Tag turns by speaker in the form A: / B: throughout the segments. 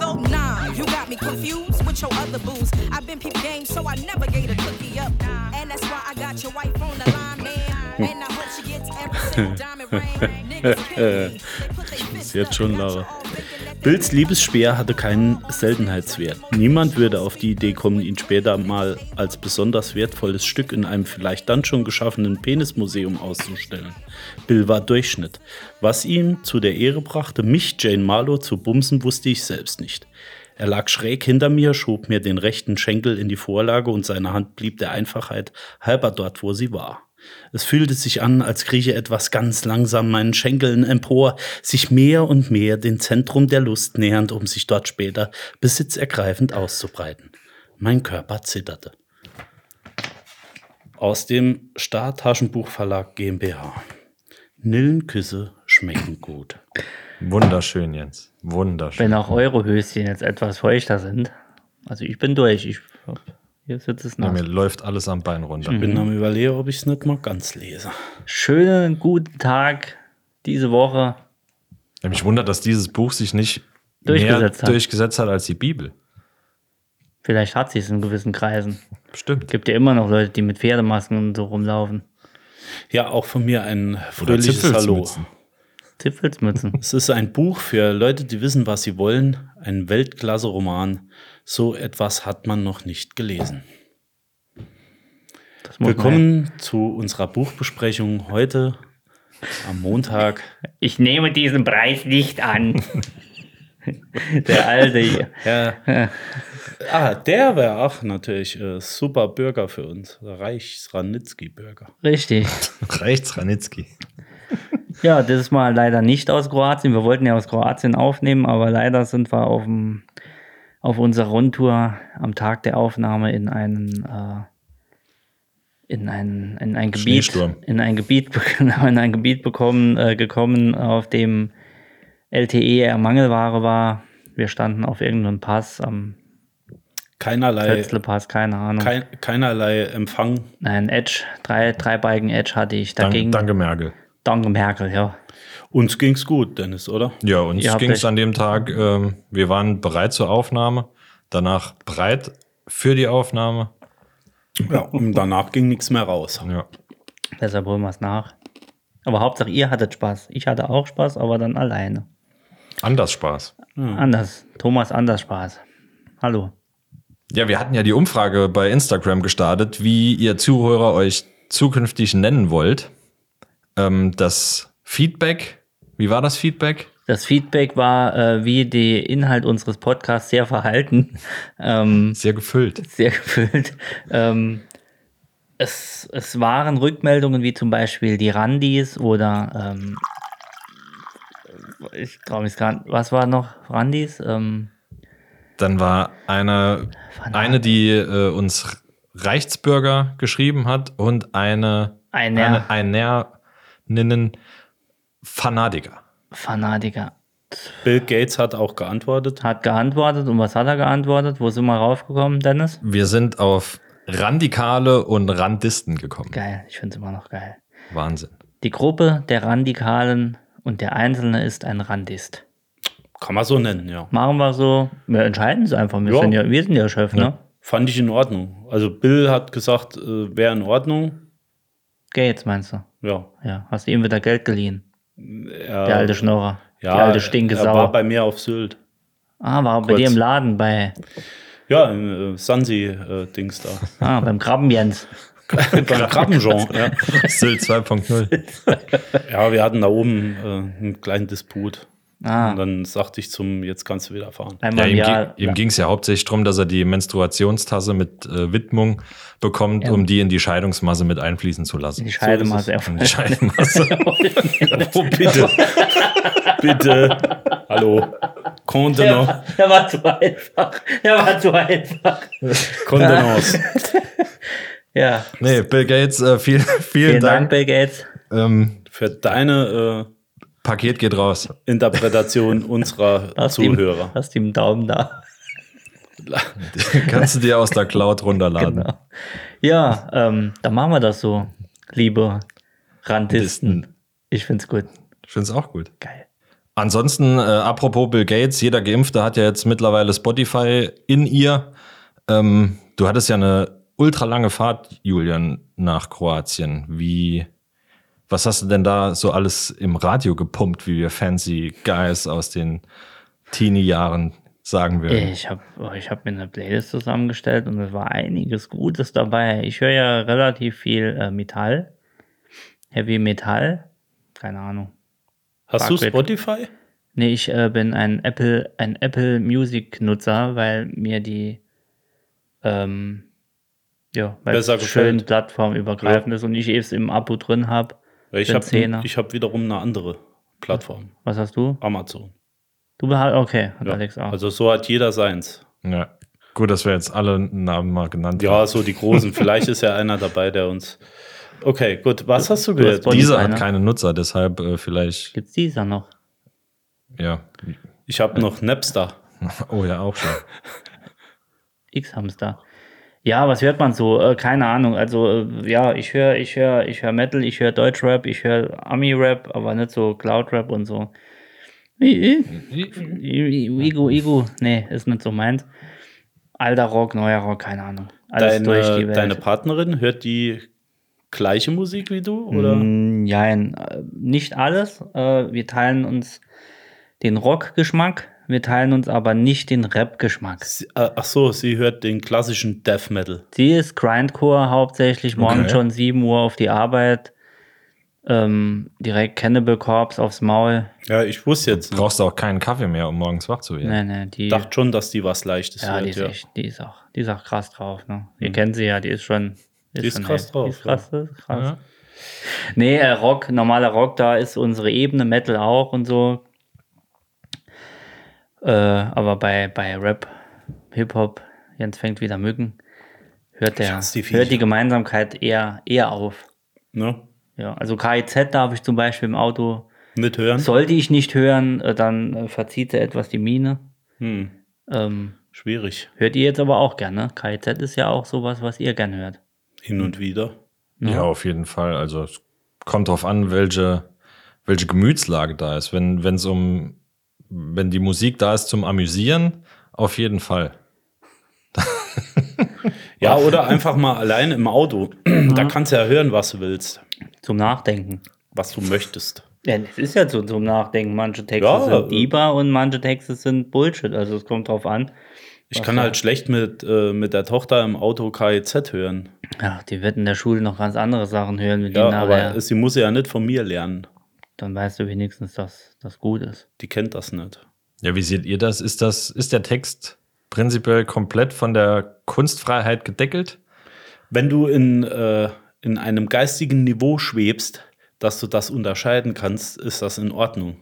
A: though? Nah, you got me confused with your other booze. I've been peep game, so I never gave a cookie up. And that's why I got your wife on the line, man. And I hope she gets every single diamond ring. Niggas kill me. They put their fists
B: Jetzt
A: up.
B: schon,
A: Got
B: Laura.
A: you all thinking that they
B: Bills Liebesspeer hatte keinen Seltenheitswert. Niemand würde auf die Idee kommen, ihn später mal als besonders wertvolles Stück in einem vielleicht dann schon geschaffenen Penismuseum auszustellen. Bill war Durchschnitt. Was ihm zu der Ehre brachte, mich, Jane Marlow, zu bumsen, wusste ich selbst nicht. Er lag schräg hinter mir, schob mir den rechten Schenkel in die Vorlage und seine Hand blieb der Einfachheit halber dort, wo sie war. Es fühlte sich an, als krieche etwas ganz langsam meinen Schenkeln empor, sich mehr und mehr dem Zentrum der Lust nähernd, um sich dort später besitzergreifend auszubreiten. Mein Körper zitterte. Aus dem Star Taschenbuchverlag GmbH. Nillenküsse schmecken gut.
C: Wunderschön, Jens. Wunderschön.
D: Wenn auch eure Höschen jetzt etwas feuchter sind. Also ich bin durch. Ich hab, hier sitzt es
C: Na,
D: nach.
C: mir läuft alles am Bein runter.
B: Bin am überlegen, ob ich es nicht mal ganz lese.
D: Schönen guten Tag diese Woche.
C: Ja, Mich wundert, dass dieses Buch sich nicht
D: Durchgesetzt
C: mehr
D: hat.
C: durchgesetzt hat als die Bibel.
D: Vielleicht hat sie es in gewissen Kreisen.
C: Bestimmt.
D: Gibt ja immer noch Leute, die mit Pferdemasken und so rumlaufen.
B: Ja, auch von mir ein
C: Oder
B: fröhliches Hallo.
C: Zipfelsmützen.
D: Zipfelsmützen.
B: Es ist ein Buch für Leute, die wissen, was sie wollen. Ein Weltklasse-Roman. So etwas hat man noch nicht gelesen.
D: Das muss man ja.
B: Willkommen zu unserer Buchbesprechung heute am Montag.
D: Ich nehme diesen Preis nicht an. Der alte hier.
B: Ja. ah, der wäre auch natürlich äh, super Bürger für uns. Reichsranitzky-Bürger.
D: Richtig.
C: Rechts Ranitzky.
D: Ja, das ist mal leider nicht aus Kroatien. Wir wollten ja aus Kroatien aufnehmen, aber leider sind wir auf, dem, auf unserer Rundtour am Tag der Aufnahme in einen äh, in ein, in ein Gebiet
C: Schneesturm.
D: in ein Gebiet genau, in ein Gebiet bekommen äh, gekommen, auf dem LTE eher Mangelware war. Wir standen auf irgendeinem Pass am
C: Äh,
B: Keinerlei,
D: Pötzle Pass, keine Ahnung.
B: kein, keinerlei Empfang.
D: Nein, Edge, drei drei Balken Edge hatte ich
C: Dank,
D: dagegen.
C: danke, Merkel.
D: Danke Merkel, ja.
B: Uns ging's gut, Dennis, oder?
C: Ja, uns
D: Ihr habt
C: ging es
D: echt-
C: an dem Tag, ähm, wir waren bereit zur Aufnahme, danach bereit für die Aufnahme.
B: Ja. Und danach ging nichts mehr raus.
C: Ja.
D: Deshalb holen wir es nach. Aber Hauptsache, ihr hattet Spaß. Ich hatte auch Spaß, aber dann alleine.
C: Anders Spaß.
D: Anders. Thomas, anders Spaß. Hallo.
C: Ja, wir hatten ja die Umfrage bei Instagram gestartet, wie ihr Zuhörer euch zukünftig nennen wollt. Ähm, das Feedback, wie war das Feedback?
D: Das Feedback war, äh, wie der Inhalt unseres Podcasts sehr verhalten, ähm,
C: Sehr gefüllt.
D: sehr gefüllt. Ähm, es, es waren Rückmeldungen wie zum Beispiel die Randis oder ähm, ich traue mich gar nicht. Was war noch Randis? Ähm,
C: Dann war eine, eine die äh, uns Reichsbürger geschrieben hat und eine,
D: ein
C: eine, eine, einen Fanatiker.
D: Fanatiker.
B: Bill Gates hat auch geantwortet.
D: hat geantwortet und was hat er geantwortet? Wo sind wir raufgekommen, Dennis?
C: Wir sind auf Randikale und Randisten gekommen.
D: Geil, ich finde es immer noch geil.
C: Wahnsinn.
D: Die Gruppe der Randikalen und der Einzelne ist ein Randist.
B: Kann man so nennen, ja.
D: Machen wir so, wir entscheiden es einfach. Wir,
B: Ja.
D: Sind, ja, wir sind ja Chef, ne?
B: Fand ich in Ordnung. Also Bill hat gesagt, äh, wäre in Ordnung.
D: Gates meinst du?
B: Ja.
D: Ja, hast du ihm wieder Geld geliehen? Der alte Schnorrer.
B: ja,
D: die alte
B: Er war
D: Stinkesau.
B: bei mir auf Sylt.
D: Ah, war bei
B: kurz.
D: dir im Laden, bei,
B: Ja, im äh, Sansi-Dings da.
D: ah, beim Krabbenjens.
B: Beim Krabbenjean. Ja.
C: Sylt 2.0.
B: ja, wir hatten da oben äh, einen kleinen Disput.
D: Ah.
B: Und dann sagte ich zum, jetzt kannst du wieder fahren.
C: Ja,
D: Einmal
C: ihm
D: im Jahr.
C: ging, ihm ging's ja hauptsächlich darum, dass er die Menstruationstasse mit äh, Widmung bekommt, um die in die Scheidungsmasse mit einfließen zu lassen.
D: die Scheide
B: so
D: mal
B: ist
D: sehr
C: In die Scheidungsmasse.
B: Oh, bitte. bitte. Hallo. Contenance.
D: Der war zu einfach. Der war zu einfach.
B: Contenance.
D: Ja.
C: Nee, Bill Gates, äh, viel, vielen,
D: Vielen Dank,
C: Dank.
D: Bill Gates.
C: Ähm,
B: Für deine
C: Paket geht raus.
B: äh, Interpretation unserer
D: Hast ihm,
B: Zuhörer.
D: hast ihm einen Daumen da.
C: Kannst du dir aus der Cloud runterladen.
D: Genau. Ja, ähm, dann machen wir das so, liebe Randisten. Ich find's gut.
C: Ich finde es auch gut.
D: Geil.
C: Ansonsten, äh, apropos Bill Gates, jeder Geimpfte hat ja jetzt mittlerweile Spotify in ihr. Ähm, du hattest ja eine ultra lange Fahrt, Julian, nach Kroatien. Wie, was hast du denn da so alles im Radio gepumpt, wie wir fancy Guys aus den Teenie-Jahren sagen würden?
D: Ich habe ich hab mir eine Playlist zusammengestellt und es war einiges Gutes dabei. Ich höre ja relativ viel äh, Metall, Heavy Metal. Keine Ahnung.
B: Hast du
D: Barclay.
B: Spotify?
D: Nee, ich äh, bin ein Apple, ein Apple Music Nutzer, weil mir die ähm, ja, weil
B: Besser
D: es schön
B: gefällt.
D: plattformübergreifend ist und ich es im Abo drin habe.
B: Ich habe hab wiederum eine andere Plattform.
D: Was hast du?
B: Amazon.
D: Du behalt, okay, hat
B: Ja.
D: Alex auch.
B: Also so hat jeder seins.
C: Ja. Gut, dass wir jetzt alle Namen mal genannt
B: Ja,
C: haben.
B: so die Großen. Vielleicht ist ja einer dabei, der uns. Okay, gut. Was hast du
D: du
B: gehört?
D: hast Spotify,
C: Dieser hat
D: ne?
C: keine Nutzer, deshalb äh, vielleicht,
D: Gibt's dieser noch?
C: ja.
B: Ich habe noch Napster.
C: Oh ja, auch schon.
D: X-Hamster. Ja, was hört man so? Äh, keine Ahnung. Also, äh, ja, ich höre, ich höre, ich höre Metal, ich höre Deutschrap, ich höre Ami-Rap, aber nicht so Cloud-Rap und so. I- I- Igu, Igu. Nee, ist nicht so meins. Alter Rock, neuer Rock, keine Ahnung. Alles durch die
B: Deine,
D: Welt.
B: deine Partnerin hört die gleiche Musik wie du? Oder?
D: Mm, Nein, äh, nicht alles. Äh, Wir teilen uns den Rock-Geschmack, wir teilen uns aber nicht den Rap-Geschmack.
B: Sie, äh, ach so, sie hört den klassischen Death Metal.
D: Sie ist Grindcore hauptsächlich, morgen
C: Okay.
D: schon 7 Uhr auf die Arbeit. Ähm, direkt Cannibal Corpse aufs Maul.
B: Ja, ich wusste jetzt. Ich
C: Brauchst du auch keinen Kaffee mehr, um morgens wach zu werden.
D: Nee, nee, die,
B: dachte schon, dass die was Leichtes
D: ja,
B: hört.
D: die, ist
B: ja. Mhm.
D: echt, die, ist auch, die ist auch krass drauf. Ne? Ihr kennt sie ja, die ist schon.
B: Die ist
D: schon
B: krass
D: heftig.
B: drauf,
D: Die ist krass, das ist krass. Nee, äh, Rock, normaler Rock, da ist unsere Ebene, Metal auch und so. Äh, aber bei, bei Rap, Hip-Hop, Jens fängt wieder Mücken, hört, der,
B: Schatz, die Viecher.
D: hört die Gemeinsamkeit eher, eher auf.
B: Ne?
D: Ja, also KIZ darf ich zum Beispiel im Auto,
B: Nicht hören?
D: sollte ich nicht hören, äh, dann äh, verzieht er etwas die Miene.
B: Hm,
D: Ähm,
B: schwierig.
D: hört ihr jetzt aber auch ne? gerne. KIZ ist ja auch sowas, was ihr gerne hört.
B: Hin und wieder.
C: Ja, auf jeden Fall. Also es kommt drauf an, welche, welche Gemütslage da ist. Wenn es um, wenn die Musik da ist zum Amüsieren, auf jeden Fall.
B: Ja, oder einfach mal allein im Auto. da kannst du ja hören, was du willst,
D: Zum Nachdenken.
B: was du möchtest.
D: Ja, es ist ja so zum Nachdenken. Manche Texte
B: Ja, äh,
D: sind Diba und manche Texte sind Bullshit. Also es kommt drauf an.
B: Ich kann halt schlecht mit, äh, mit der Tochter im Auto KIZ hören.
D: Ja, die wird in der Schule noch ganz andere Sachen hören, wie
B: Ja,
D: die
B: aber
D: nachher.
B: sie muss ja nicht von mir lernen.
D: dann weißt du wenigstens, dass das gut ist.
B: Die kennt das nicht.
C: Ja, wie seht ihr das? Ist das, ist der Text prinzipiell komplett von der Kunstfreiheit gedeckelt?
B: Wenn du in, äh, in einem geistigen Niveau schwebst, dass du das unterscheiden kannst, ist das in Ordnung.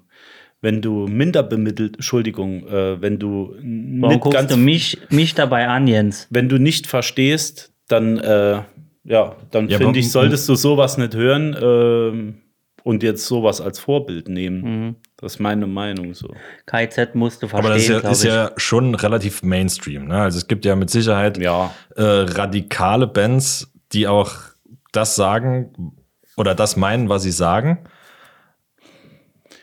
B: Wenn du minder bemittelt, Entschuldigung, äh, wenn du n-
D: Warum
B: nicht
D: guckst
B: ganz,
D: du mich, mich dabei an, Jens?
B: wenn du nicht verstehst, dann äh, ja, dann
C: Ja, aber-
B: finde ich, solltest du sowas nicht hören ähm, und jetzt sowas als Vorbild nehmen.
D: Mhm.
B: Das ist meine Meinung so.
D: KIZ musst du
C: Aber das ist
D: verstehen,
C: ja,
D: glaube
C: ist
D: ich.
C: ja schon relativ Mainstream. Ne? Also es gibt ja mit Sicherheit
B: Ja.
C: äh, radikale Bands, die auch das sagen oder das meinen, was sie sagen.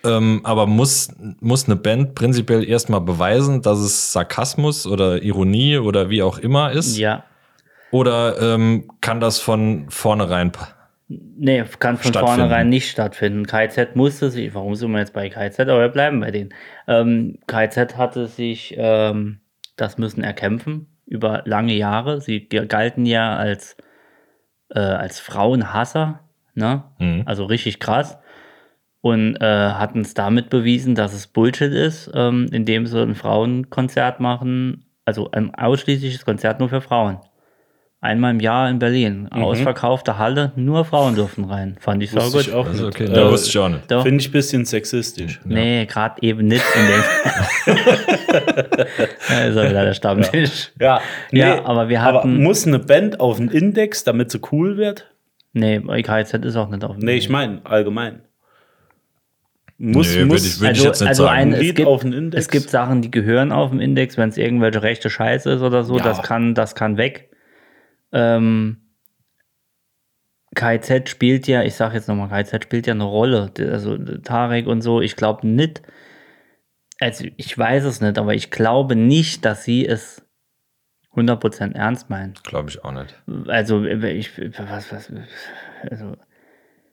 C: Ähm, aber muss, muss eine Band prinzipiell erstmal beweisen, dass es Sarkasmus oder Ironie oder wie auch immer ist?
D: ja,
C: Oder ähm, kann das von vornherein pa-
D: Nee, kann von
C: stattfinden.
D: vornherein nicht stattfinden. KZ musste sich, warum sind wir jetzt bei KZ, aber wir bleiben bei denen. Ähm, KZ hatte sich ähm, das müssen erkämpfen über lange Jahre. Sie ge- galten ja als, äh, als Frauenhasser, ne? also richtig krass. Und äh, hatten es damit bewiesen, dass es Bullshit ist, ähm, indem sie ein Frauenkonzert machen, also ein ausschließliches Konzert nur für Frauen einmal im Jahr in Berlin. Ausverkaufte Halle, nur Frauen durften rein. Fand ich so
B: Mhm. Wusste
D: gut.
B: ich auch
C: Also,
B: nicht. Äh,
C: okay, da wusste ich auch nicht.
D: Doch.
B: Finde ich ein bisschen sexistisch.
D: Nee, gerade eben nicht in dem. da ist er wieder der Stammtisch.
B: Ja,
D: Ja, aber wir hatten-
B: muss eine Band auf den Index, damit sie cool wird?
D: Nee, IKZ ist auch nicht auf dem
B: Nee, ich meine, allgemein. Muss,
C: Nee,
B: muss. also-
C: würd ich- würd ich jetzt nicht sagen.
D: also ein,
B: Ein
D: es,
B: Lied
D: gibt,
B: auf den Index?
D: es gibt Sachen, die gehören auf den Index, wenn es irgendwelche rechte Scheiße ist oder so,
B: Ja.
D: das, kann, das kann weg. Ähm, KZ spielt ja, ich sage jetzt nochmal, KZ spielt ja eine Rolle. D- Also Tarek und so, ich glaube nicht, also ich weiß es nicht, aber ich glaube nicht, dass sie es 100% ernst meinen.
C: Glaube ich auch nicht.
D: Also, ich, was, was, also,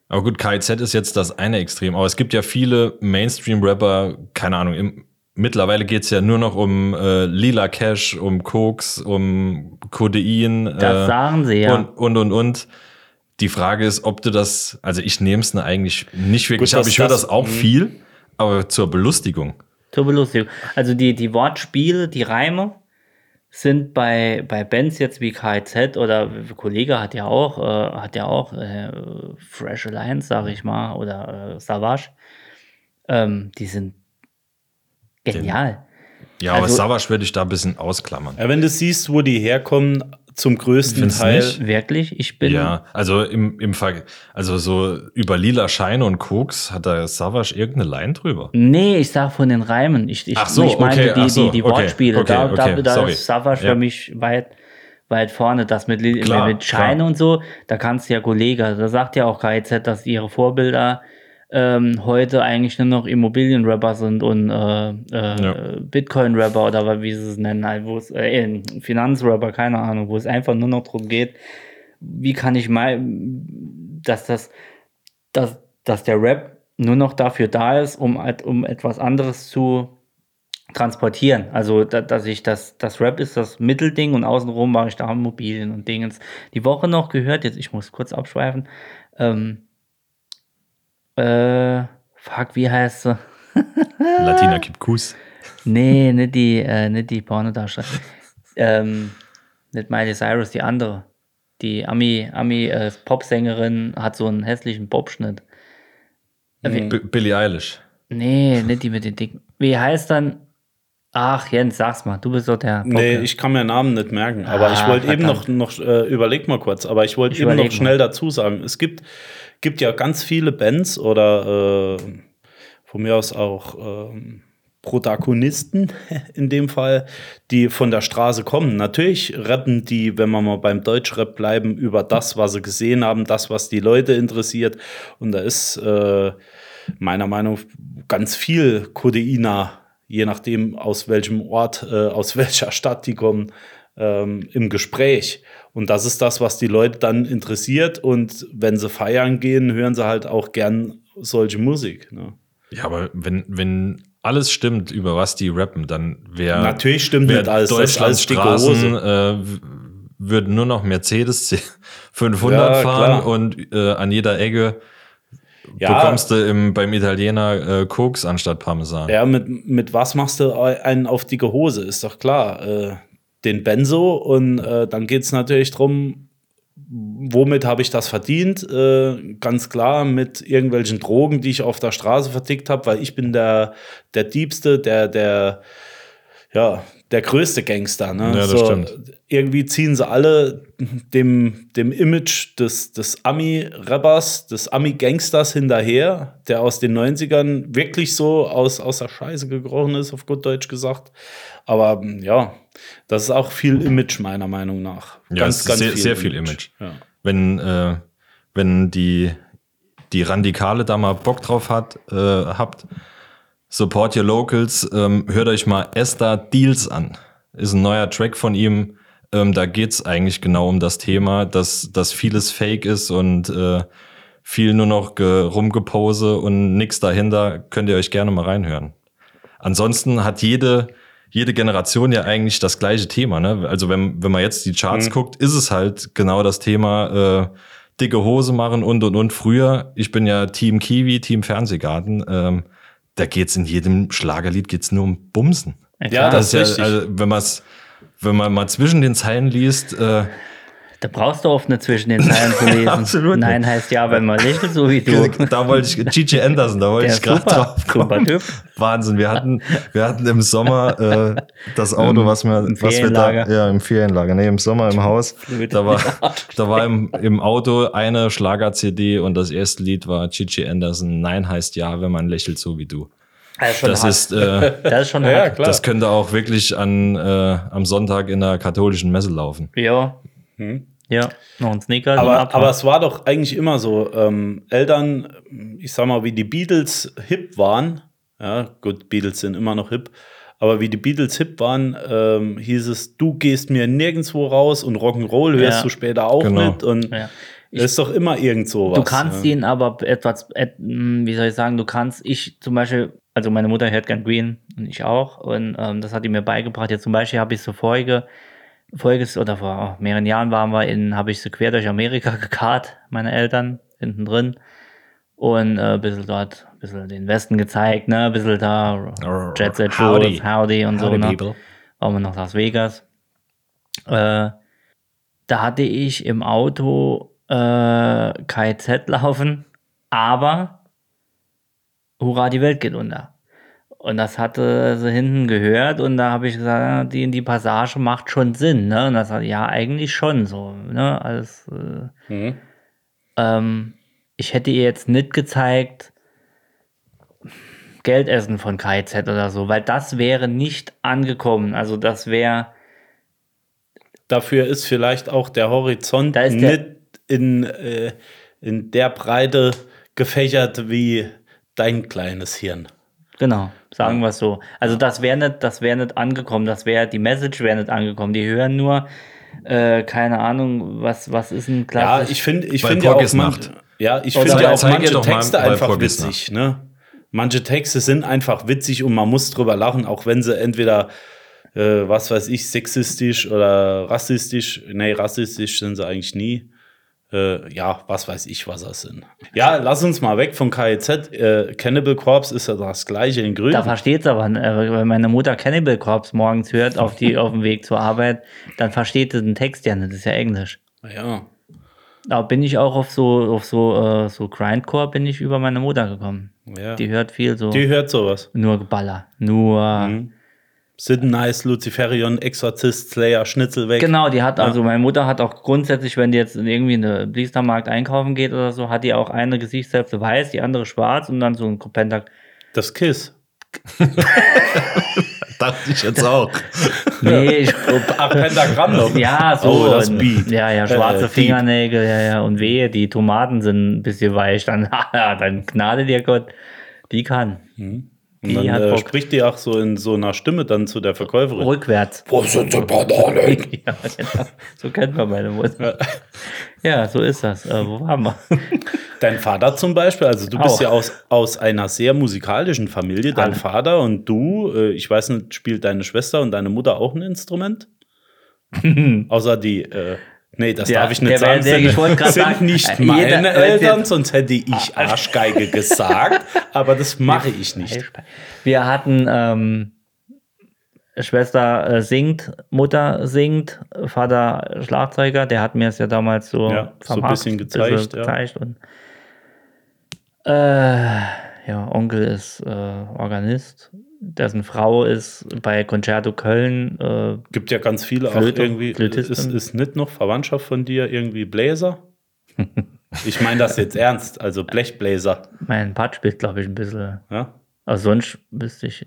C: Aber gut, KZ ist jetzt das eine Extrem. Aber es gibt ja viele Mainstream-Rapper, keine Ahnung, im, mittlerweile geht es ja nur noch um äh, lila Cash, um Koks, um Codein.
D: das
C: äh,
D: sagen sie ja.
C: und, und, und, und. Die Frage ist, ob du das, also ich nehme es eigentlich nicht wirklich
B: Gut,
C: ab.
B: dass
C: Ich höre
B: das-
C: das
D: mhm.
C: auch viel, aber zur Belustigung.
D: Zur Belustigung. Also die, die Wortspiele, die Reime sind bei, bei Bands jetzt wie KZ oder Kollege hat ja auch, äh, hat ja auch äh, Fresh Alliance, sage ich mal, oder äh, Savage. Ähm, die sind genial.
C: Ja, aber
D: Also- Äh,
C: Savage würde ich da ein bisschen ausklammern.
B: ja, wenn du siehst, wo die herkommen, zum größten
C: Findest du
B: Teil.
C: nicht?
D: Wirklich, ich bin.
C: Ja, also im, im Ver also so über lila Scheine und Koks hat da Savage irgendeine Line drüber.
D: Nee, ich sag von den Reimen. Ich, ich,
C: Ach so,
D: ich meinte
C: okay,
D: die,
C: ach so,
D: die, die
C: okay,
D: Wortspiele.
C: okay,
D: da da,
C: okay,
D: da
C: sorry.
D: ist Savage
C: Ja.
D: für mich weit, weit vorne. Das mit, Li-
C: Klar,
D: mit Scheine
C: klar.
D: und so, da kannst du ja Kollege, da sagt ja auch KIZ, dass ihre Vorbilder ähm, heute eigentlich nur noch Immobilienrapper sind und äh, äh, Bitcoin-Rapper oder wie sie es nennen, halt, wo es äh, äh, Finanzrapper, keine Ahnung, wo es einfach nur noch darum geht, wie kann ich mal, dass das dass, dass der Rap nur noch dafür da ist, um, et- um etwas anderes zu transportieren. Also, da, dass ich das, das Rap ist das Mittelding und außenrum mache ich da Mobilien und Dingens. Die Woche noch gehört, jetzt ich muss kurz abschweifen. Ähm, äh, fuck, wie heißt sie?
C: Latina Kipkus.
D: Nee, nicht die, äh, nicht die Pornodarstellerin. ähm, nicht Miley Cyrus, die andere. Die Ami, Ami äh, Popsängerin hat so einen hässlichen Bobschnitt.
C: B Billie Eilish.
D: Nee, nicht die mit den dicken. Wie heißt dann? Ach, Jens, sag's mal, du bist doch der. Bock,
B: Nee,
D: ne?
B: ich kann mir Namen nicht merken, aber
D: Ah,
B: ich wollte eben noch,
D: verdammt.
B: noch äh, überleg mal kurz, aber ich wollte
D: Ich
B: eben noch
D: überleg mal.
B: schnell dazu sagen, es gibt, gibt ja ganz viele Bands oder äh, von mir aus auch ähm, Protagonisten in dem Fall, die von der Straße kommen. Natürlich rappen die, wenn wir mal beim Deutschrap bleiben, über das, was sie gesehen haben, das, was die Leute interessiert. Und da ist äh, meiner Meinung nach ganz viel Codeina, je nachdem aus welchem Ort, äh, aus welcher Stadt die kommen, ähm, im Gespräch. Und das ist das, was die Leute dann interessiert. Und wenn sie feiern gehen, hören sie halt auch gern solche Musik. Ne?
C: Ja, aber wenn, wenn alles stimmt, über was die rappen, dann wäre
B: Natürlich stimmt
C: wär
B: nicht alles. Das ist alles
C: Deutschlands
B: dicke
C: Straßen
B: Hose.
C: äh, w- würden nur noch Mercedes 500
B: Ja,
C: fahren
B: klar.
C: und äh, an jeder Ecke
B: Ja,
C: bekommst du im, beim Italiener äh, Koks anstatt Parmesan.
B: ja mit, mit was machst du einen auf dicke Hose? Ist doch klar. Äh, den Benzo und äh, dann geht es natürlich drum, womit habe ich das verdient? Äh, ganz klar mit irgendwelchen Drogen, die ich auf der Straße vertickt habe, weil ich bin der, der Diebste, der, der, ja, der größte Gangster. Ne?
C: Ja, das
B: so,
C: stimmt.
B: Irgendwie ziehen sie alle dem, dem Image des, des Ami-Rappers, des Ami-Gangsters hinterher, der aus den 90ern wirklich so aus, aus der Scheiße gekrochen ist, auf gut Deutsch gesagt. Aber ja, das ist auch viel Image, meiner Meinung nach.
C: Ja, es ist sehr- sehr viel Image.
B: Ja.
C: Wenn, äh, wenn die, die Randikale da mal Bock drauf hat, äh, habt, support your locals, ähm, hört euch mal Esther Deals an. Ist ein neuer Track von ihm. Ähm, da geht's eigentlich genau um das Thema, dass, dass vieles fake ist und äh, viel nur noch ge- rumgepose und nix dahinter. Könnt ihr euch gerne mal reinhören. Ansonsten hat jede, jede Generation ja eigentlich das gleiche Thema. Ne? Also wenn, wenn man jetzt die Charts
B: Mhm.
C: guckt, ist es halt genau das Thema äh, dicke Hose machen und und und. Früher, ich bin ja Team Kiwi, Team Fernsehgarten, ähm, da geht's in jedem Schlagerlied geht's nur um Bumsen.
D: Ja,
B: Ja,
D: klar.
B: das,
C: Das
B: ist
C: ist also
B: richtig.
C: ja, also, wenn man es wenn man mal zwischen den Zeilen liest, äh,
D: Da brauchst du oft nicht zwischen den Zeilen zu lesen.
C: Absolut nicht.
D: Nein heißt ja, wenn man lächelt, so wie du.
C: Genau, Da wollte ich, Gigi Anderson, da wollte
D: Der
C: ich gerade
D: super,
C: drauf kommen.
D: super Typ.
C: Wahnsinn, wir hatten, wir hatten im Sommer äh, das Auto, was wir,
D: im
C: was wir da,
D: Ferienlager.
C: ja, im Ferienlager, nee, im Sommer im Haus,
D: Blöd.
C: da war, da war im, im Auto eine Schlager-CD und das erste Lied war Gigi Anderson, Nein heißt Ja, wenn man lächelt, so wie du.
D: Das ist schon
C: Das
D: hart.
C: ist, äh,
D: das ist schon
E: Ja,
D: hart.
E: klar.
C: das könnte auch wirklich an, äh, am Sonntag in der katholischen Messe laufen.
D: Ja. Ja, noch ein Sneaker.
B: Aber, aber es war doch eigentlich immer so, ähm, Eltern, ich sag mal, wie die Beatles hip waren, ja gut, Beatles sind immer noch hip, aber wie die Beatles hip waren, ähm, hieß es, du gehst mir nirgendwo raus und Rock'n'Roll hörst
D: Ja.
B: du später auch
C: Genau.
B: nicht und
D: Ja.
B: das ist doch immer irgend sowas.
D: Du kannst
B: ja.
D: ihn aber etwas, et, mh, wie soll ich sagen, du kannst, ich zum Beispiel, also meine Mutter hört gern Green und ich auch und ähm, das hat die mir beigebracht. Jetzt zum Beispiel habe ich so Folge, Folges oder vor mehreren Jahren waren wir in, habe ich so quer durch Amerika gekarrt, meine Eltern, hinten drin und äh, ein bisschen dort, ein bisschen den Westen gezeigt, ne, ein bisschen da Jet Set
C: Howdy.
D: Howdy, Howdy und so,
C: Howdy,
D: ne.
C: people.
D: waren wir nach Las Vegas. Äh, da hatte ich im Auto äh, KZ laufen, aber Hurra, die Welt geht unter. Und das hatte sie hinten gehört und da habe ich gesagt, ja, die, die Passage macht schon Sinn. Ne? Und das hat ja eigentlich schon so. Ne? Alles, äh, ähm, ich hätte ihr jetzt nicht gezeigt, Geldessen von KZ oder so, weil das wäre nicht angekommen. Also das wäre,
B: Dafür ist vielleicht auch der Horizont
D: Da ist der-
B: nicht in, äh, in der Breite gefächert wie dein kleines Hirn.
D: Genau, sagen wir es so. Also das wäre nicht, das wäre nicht angekommen, das wäre, die Message wäre nicht angekommen. Die hören nur, äh, keine Ahnung, was, was ist ein
B: Ja,
D: klassisch.
B: ich finde ich
C: Bei
B: find ja auch
C: Poggis
B: man-
C: Nacht.
B: Ja, ich
C: Oder
B: finde ja auch
C: zeig ihr
B: manche
C: doch mal
B: Texte
C: bei
B: einfach
C: Poggis
B: witzig, ne? Manche Texte sind einfach witzig und man muss drüber lachen, auch wenn sie entweder äh, was weiß ich, sexistisch oder rassistisch. Nee, rassistisch sind sie eigentlich nie. Äh, ja, was weiß ich, was das sind. Ja, lass uns mal weg von KIZ. Äh, Cannibal Corpse ist ja das gleiche in Grün.
D: da versteht es aber, äh, wenn meine Mutter Cannibal Corpse morgens hört auf, die, auf dem Weg zur Arbeit, dann versteht sie den Text ja nicht, das ist ja Englisch.
B: Ja.
D: Da bin ich auch auf so, auf so, äh, so Grindcore bin ich über meine Mutter gekommen.
B: Ja.
D: Die hört viel so,
B: Die Mhm. hört sowas.
D: nur Geballer, nur...
B: Sid Nice, Luciferion, Exorzist, Slayer, Schnitzel weg.
D: Genau, die hat, also meine Mutter hat auch grundsätzlich, wenn die jetzt in irgendwie eine Blistermarkt einkaufen geht oder so, hat die auch eine Gesichtshälfte weiß, die andere schwarz und dann so ein Pentak.
B: Das Kiss.
C: Dachte ich jetzt auch.
D: Nee, ich,
B: Ach, Pentagramm noch.
D: ja, so.
B: Oh, das
D: und-
B: Beat.
D: Ja, ja,
B: Äh,
D: schwarze ne,
B: Beat.
D: Fingernägel, ja, ja. Und wehe, die Tomaten sind ein bisschen weich, dann, haha, dann gnade dir Gott. Die kann.
B: Und dann
D: Die hat
B: äh,
D: Bock.
B: spricht die auch so in so einer Stimme dann zu der Verkäuferin.
D: Rückwärts.
B: Wo sind die Bananen?
D: Ja, genau. So kennt man meine
B: Äh,
D: Mutter. Ja, so ist das. Äh, wo waren wir?
B: Dein Vater zum Beispiel, also du bist
D: Auch.
B: ja aus, aus einer sehr musikalischen Familie, dein
D: Alle.
B: Vater und du, äh, ich weiß nicht, spielt deine Schwester und deine Mutter auch ein Instrument? Außer die, äh, nee, das
D: Ja,
B: darf ich nicht
D: der
B: sagen,
D: wäre- der- ich wollte
B: sind,
D: grad
B: sind
D: sagen,
B: nicht
D: äh,
B: meine
D: jeder-
B: Eltern, sonst hätte ich Arschgeige gesagt, aber das mache ich nicht.
D: Wir hatten ähm, Schwester äh, singt, Mutter singt, Vater Schlagzeuger, der hat mir es ja damals so,
B: Ja, so ein
D: vermarkt-
B: bisschen gezeigt, ja.
D: gezeigt und äh, ja, Onkel ist äh, Organist, dessen Frau ist bei Concerto Köln, äh,
B: Gibt ja ganz viele auch
D: Flöte,
B: irgendwie.
D: Flötistin.
B: Ist, ist nicht noch Verwandtschaft von dir irgendwie Bläser? ich meine das jetzt ernst, also Blechbläser.
D: mein Part spielt, glaube ich, ein bisschen.
B: Ja?
D: Also sonst wüsste ich.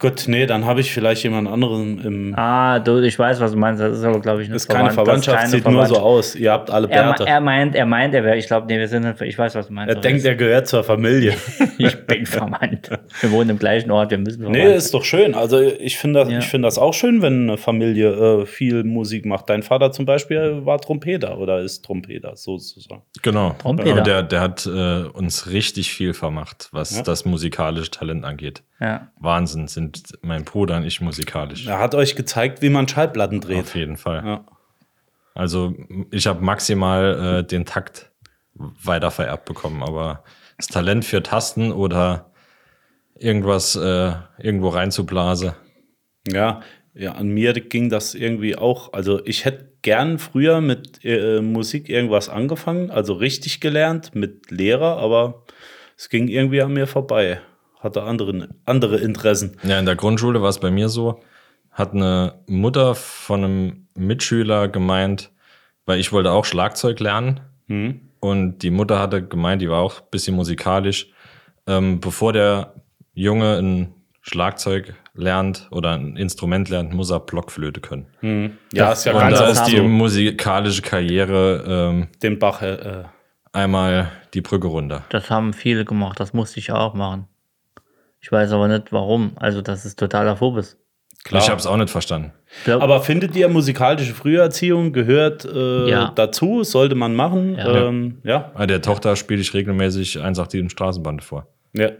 B: Gut, nee, dann habe ich vielleicht jemand anderen im.
D: Ah, du, ich weiß, was du meinst. Das ist aber, glaube ich, nicht
B: ist keine
D: verwandt. Das ist
B: Verwandtschaft,
D: keine
B: sieht nur so
D: Verwandtschaft.
B: aus. Ihr habt alle
D: Er,
B: Bärte.
D: er meint, er meint, er wäre, ich glaube, nee, wir sind, ich weiß, was du meinst.
B: Er denkt, er gehört zur Familie.
D: ich bin verwandt. Wir wohnen im gleichen Ort, wir müssen verwandt.
B: nee, ist doch schön. Also ich finde das,
D: Ja.
B: ich finde das auch schön, wenn eine Familie äh, viel Musik macht. Dein Vater zum Beispiel war Trompeter oder ist Trompeter, sozusagen.
C: Genau.
D: Trompeter.
C: Aber der, der hat äh, uns richtig viel vermacht, was das musikalische Talent angeht.
D: ja.
C: Wahnsinn, sind mein Bruder und ich musikalisch.
B: Er hat euch gezeigt, wie man Schallplatten dreht.
C: Auf jeden Fall.
B: Ja.
C: Also ich habe maximal äh, den Takt weiter vererbt bekommen, aber das Talent für Tasten oder irgendwas äh, irgendwo reinzublase.
B: Ja, ja, an mir ging das irgendwie auch. Also ich hätte gern früher mit äh, Musik irgendwas angefangen, also richtig gelernt mit Lehrer, aber es ging irgendwie an mir vorbei. Hatte andere, andere Interessen.
C: Ja, in der Grundschule war es bei mir so, hat eine Mutter von einem Mitschüler gemeint, weil ich wollte auch Schlagzeug lernen.
B: Mhm.
C: Und die Mutter hatte gemeint, die war auch ein bisschen musikalisch, ähm, bevor der Junge ein Schlagzeug lernt oder ein Instrument lernt, muss er Blockflöte können.
B: Ja, ist ja
C: Und
B: ganz
C: da
B: oft
C: ist die
B: so,
C: musikalische Karriere ähm,
B: den Bach. Äh,
C: einmal die Brücke runter.
D: Das haben viele gemacht, das musste ich auch machen. Ich weiß aber nicht warum. Also, das ist totaler Phobis.
B: Klar.
C: Ich habe es auch nicht verstanden.
D: Glaub-
B: Aber findet ihr, musikalische Früherziehung gehört äh,
D: Ja.
B: dazu? Sollte man machen?
D: Ja.
B: Ähm, ja.
C: Ah, Der Tochter spiele ich regelmäßig 187 Straßenbande vor.
B: Ja.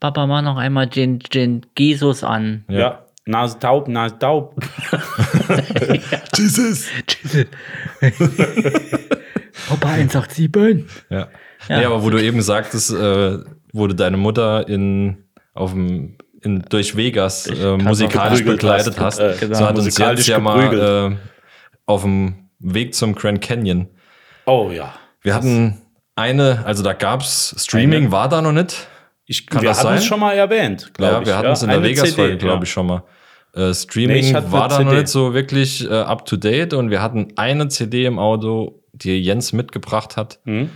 D: Papa, mach noch einmal den, den Jesus an.
B: ja. Nase taub, Nase taub.
C: Jesus!
D: Papa 187.
C: Ja. Nee, aber wo du eben sagtest, äh, wurde deine Mutter in, auf dem, in, durch Vegas äh, musikalisch
B: geprügelt
C: begleitet
B: hast,
C: hast.
B: äh,
C: so hat uns
B: musikalisch
C: Jens ja mal
B: geprügelt.
C: äh, auf dem Weg zum Grand Canyon.
B: Oh ja.
C: Wir hatten eine, also da gab's Streaming,
B: Eine.
C: war da noch nicht.
B: Ich,
C: Kann
B: wir
C: das
B: hatten es
C: sein?
B: schon mal erwähnt, glaube
C: ja,
B: ich.
C: wir hatten es in der
B: Eine
C: Vegas-Folge,
B: CD,
C: glaube ich,
B: ja.
C: schon mal. Äh, Streaming
B: Nee, ich hatte
C: war
B: eine
C: da noch
B: CD.
C: nicht so wirklich äh, up to date und wir hatten eine CD im Auto, die Jens mitgebracht hat.
B: Mhm.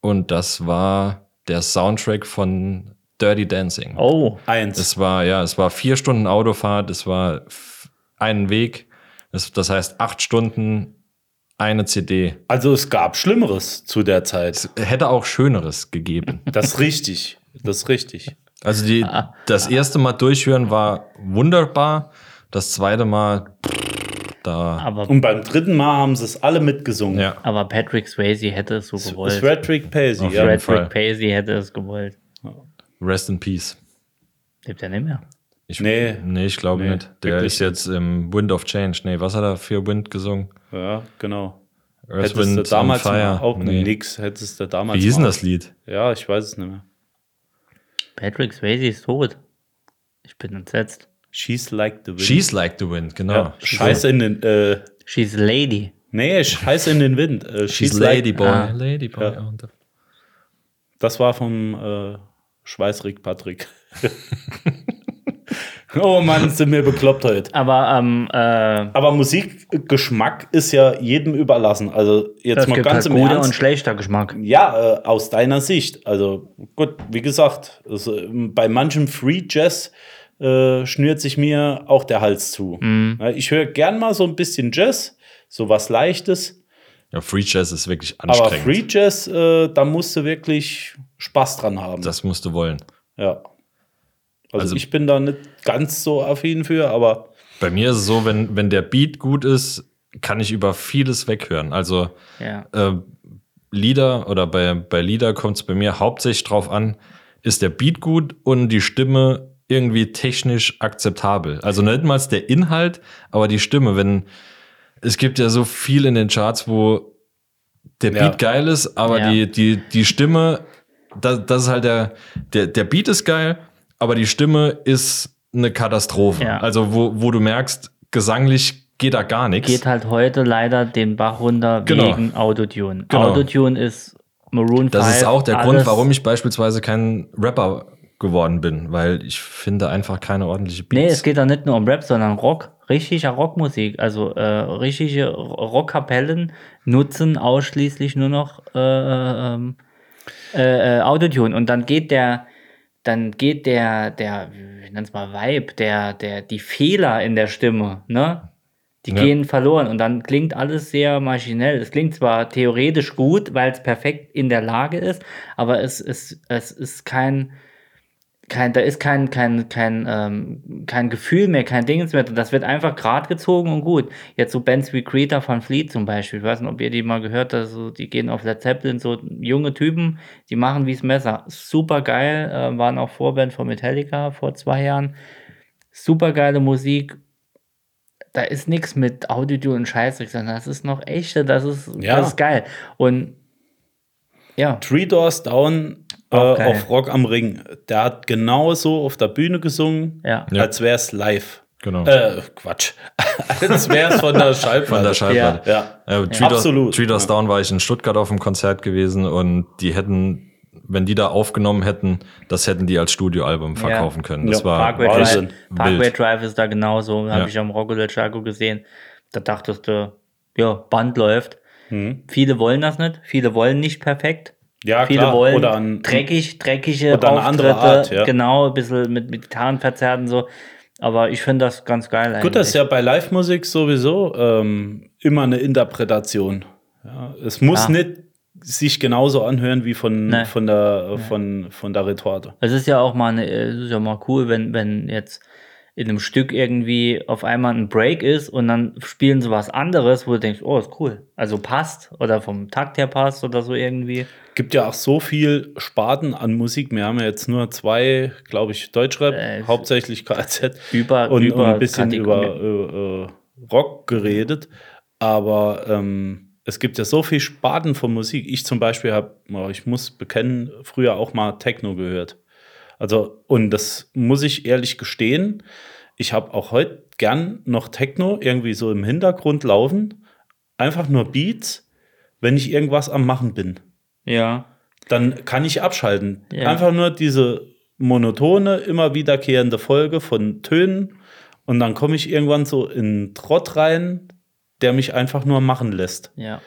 C: Und das war der Soundtrack von Dirty Dancing.
D: Oh,
B: Eins.
C: Es war, ja, es war vier Stunden Autofahrt, es war f- einen Weg. Es, das heißt, acht Stunden eine CD.
B: also es gab Schlimmeres zu der Zeit.
C: Hätte auch Schöneres gegeben.
B: Das ist richtig. Das ist richtig.
C: Also die, das erste Mal durchhören war wunderbar. Das zweite Mal, da.
D: aber,
B: Und beim dritten Mal haben sie es alle mitgesungen.
C: Ja.
D: aber Patrick Swayze hätte es so gewollt.
B: Frederick Paisley,
C: Auf
B: ja.
C: jeden Fall.
D: Patrick Paisy hätte es gewollt.
C: Rest in Peace.
D: Lebt er nicht mehr.
C: Ich,
B: Nee.
C: Nee, ich glaube
B: Nee,
C: nicht. Der
B: wirklich
C: ist jetzt im Wind of Change. Nee, was hat er für Wind gesungen?
B: Ja, genau.
C: Earth,
B: Hättest du
C: Wind
B: damals
C: and Fire.
B: mal auch
C: nee.
B: nix, hättest du damals
C: Wie hieß denn
B: mal-
C: das Lied?
B: Ja, ich weiß es nicht mehr.
D: Patrick Swayze ist tot. Ich bin entsetzt.
B: She's like the wind.
C: She's Like the Wind, genau.
B: ja, Scheiß in den, äh,
D: She's a lady.
B: nee, Scheiß in den Wind. Äh,
C: She's
B: she's like,
C: Ladyboy.
D: Ah.
C: Ladyboy.
B: Ja.
C: und-
B: das war vom äh, Schweißrick Patrick. oh Mann, sind wir bekloppt heute.
D: Aber ähm, äh,
B: Aber Musikgeschmack ist ja jedem überlassen. Also jetzt
D: das
B: mal
D: gibt
B: ganz
D: halt
B: im
D: guter
B: Ernst.
D: und schlechter Geschmack.
B: Ja, äh, aus deiner Sicht. Also gut, wie gesagt, es, äh, bei manchem Free Jazz äh, schnürt sich mir auch der Hals zu.
D: Mhm.
B: Ja, Ich höre gern mal so ein bisschen Jazz, so was Leichtes.
C: Ja, Free Jazz ist wirklich
B: Aber
C: anstrengend.
B: Free Jazz, äh, da musst du wirklich Spaß dran haben.
C: das musst du wollen.
B: ja. Also,
C: Also-
B: ich bin da nicht ganz so affin für, aber
C: Bei mir ist es so, wenn, wenn der Beat gut ist, kann ich über vieles weghören. Also
D: Ja.
C: äh, Lieder oder bei, bei Lieder kommt es bei mir hauptsächlich drauf an, ist der Beat gut und die Stimme irgendwie technisch akzeptabel. Also nicht mal der Inhalt, aber die Stimme. Wenn es gibt ja so viel in den Charts, wo der Beat
B: Ja.
C: geil ist, aber
D: Ja.
C: die, die, die Stimme, das, das ist halt der, der, der Beat ist geil, aber die Stimme ist eine Katastrophe.
D: Ja.
C: Also, wo, wo du merkst, gesanglich geht da gar nichts.
D: Geht halt heute leider den Bach runter
C: Genau.
D: wegen Autotune.
C: Genau.
D: Autotune ist Maroon 5.
C: Das ist auch der
D: alles-
C: Grund, warum ich beispielsweise kein Rapper geworden bin, weil ich finde einfach keine ordentliche Beats.
D: Nee, es geht da nicht nur um Rap, sondern Rock. Richtiger Rockmusik. Also äh, richtige R- Rockkapellen nutzen ausschließlich nur noch äh, ähm, äh, äh, Autotune. Und dann geht der, dann geht der, der, ich nenn's mal Vibe, der, der, die Fehler in der Stimme, ne? Die
C: Ja.
D: gehen verloren und dann klingt alles sehr maschinell. Es klingt zwar theoretisch gut, weil es perfekt in der Lage ist, aber es, es, es ist kein, kein, da ist kein, kein, kein, ähm, kein Gefühl mehr, kein Dingens mehr. Das wird einfach gerade gezogen und gut. Jetzt so Bands wie Creator von Fleet zum Beispiel, ich weiß nicht, ob ihr die mal gehört habt, so, die gehen auf Led Zeppelin, so junge Typen, die machen wie's Messer. Super geil, äh, waren auch Vorband von Metallica vor zwei Jahren. Super geile Musik. Da ist nichts mit Audio und Scheißdreck, sondern das ist noch echte, das ist,
B: Ja.
D: das ist geil. Und ja,
B: Three Doors Down äh,
D: Auch geil.
B: auf Rock am Ring, der hat genauso auf der Bühne gesungen,
D: Ja.
C: Ja.
B: als wäre es live.
C: Genau.
B: Äh, Quatsch. Als wäre es von der Schallplatte.
C: Von der Schallplatte.
B: Ja.
C: Äh, Treat
B: Absolut.
C: Us, Treat Us Down war ich in Stuttgart auf dem Konzert gewesen und die hätten, wenn die da aufgenommen hätten, das hätten die als Studioalbum verkaufen können. Das
B: Ja,
C: war
D: Parkway
B: Wahnsinn.
D: Drive, Parkway
C: Wild.
D: Drive ist da genauso. Habe ich am Rocco del Chaco gesehen. Da dachtest du, ja, Band läuft. Viele wollen das nicht. Viele wollen nicht perfekt.
B: Mhm. Ja,
D: Viele
B: klar.
D: wollen
B: Oder an-
D: dreckig, dreckige
B: Oder eine andere
D: Auftritte.
B: Art, ja.
D: Genau, ein bisschen mit, mit Gitarrenverzerrten so. Aber ich finde das ganz geil eigentlich.
B: Gut, das ist ja bei Live-Musik sowieso ähm, immer eine Interpretation. Ja, es muss
D: Ja.
B: nicht sich genauso anhören wie von,
D: Ah. Nee.
B: von, der, äh, von, von der Retorte.
D: Es ist ja auch mal, eine, äh, es ist ja mal cool, wenn, wenn jetzt in einem Stück irgendwie auf einmal ein Break ist und dann spielen sie was anderes, wo du denkst, oh, ist cool. Also passt oder vom Takt her passt oder so irgendwie.
B: gibt ja auch so viel Sparten an Musik. Wir haben ja jetzt nur zwei, glaube ich, Deutschrap,
D: Äh,
B: hauptsächlich KZ
D: über-
B: und,
D: über
B: und ein bisschen
D: Kategorie.
B: über äh, äh, Rock geredet. Aber ähm, es gibt ja so viel Sparten von Musik. Ich zum Beispiel habe, ich muss bekennen, früher auch mal Techno gehört. Also, und das muss ich ehrlich gestehen. Ich habe auch heute gern noch Techno irgendwie so im Hintergrund laufen. Einfach nur Beats, wenn ich irgendwas am Machen bin
D: Ja.
B: dann kann ich abschalten.
D: Ja.
B: Einfach nur diese monotone, immer wiederkehrende Folge von Tönen und dann komme ich irgendwann so in einen Trott rein, der mich einfach nur machen lässt.
D: Ja.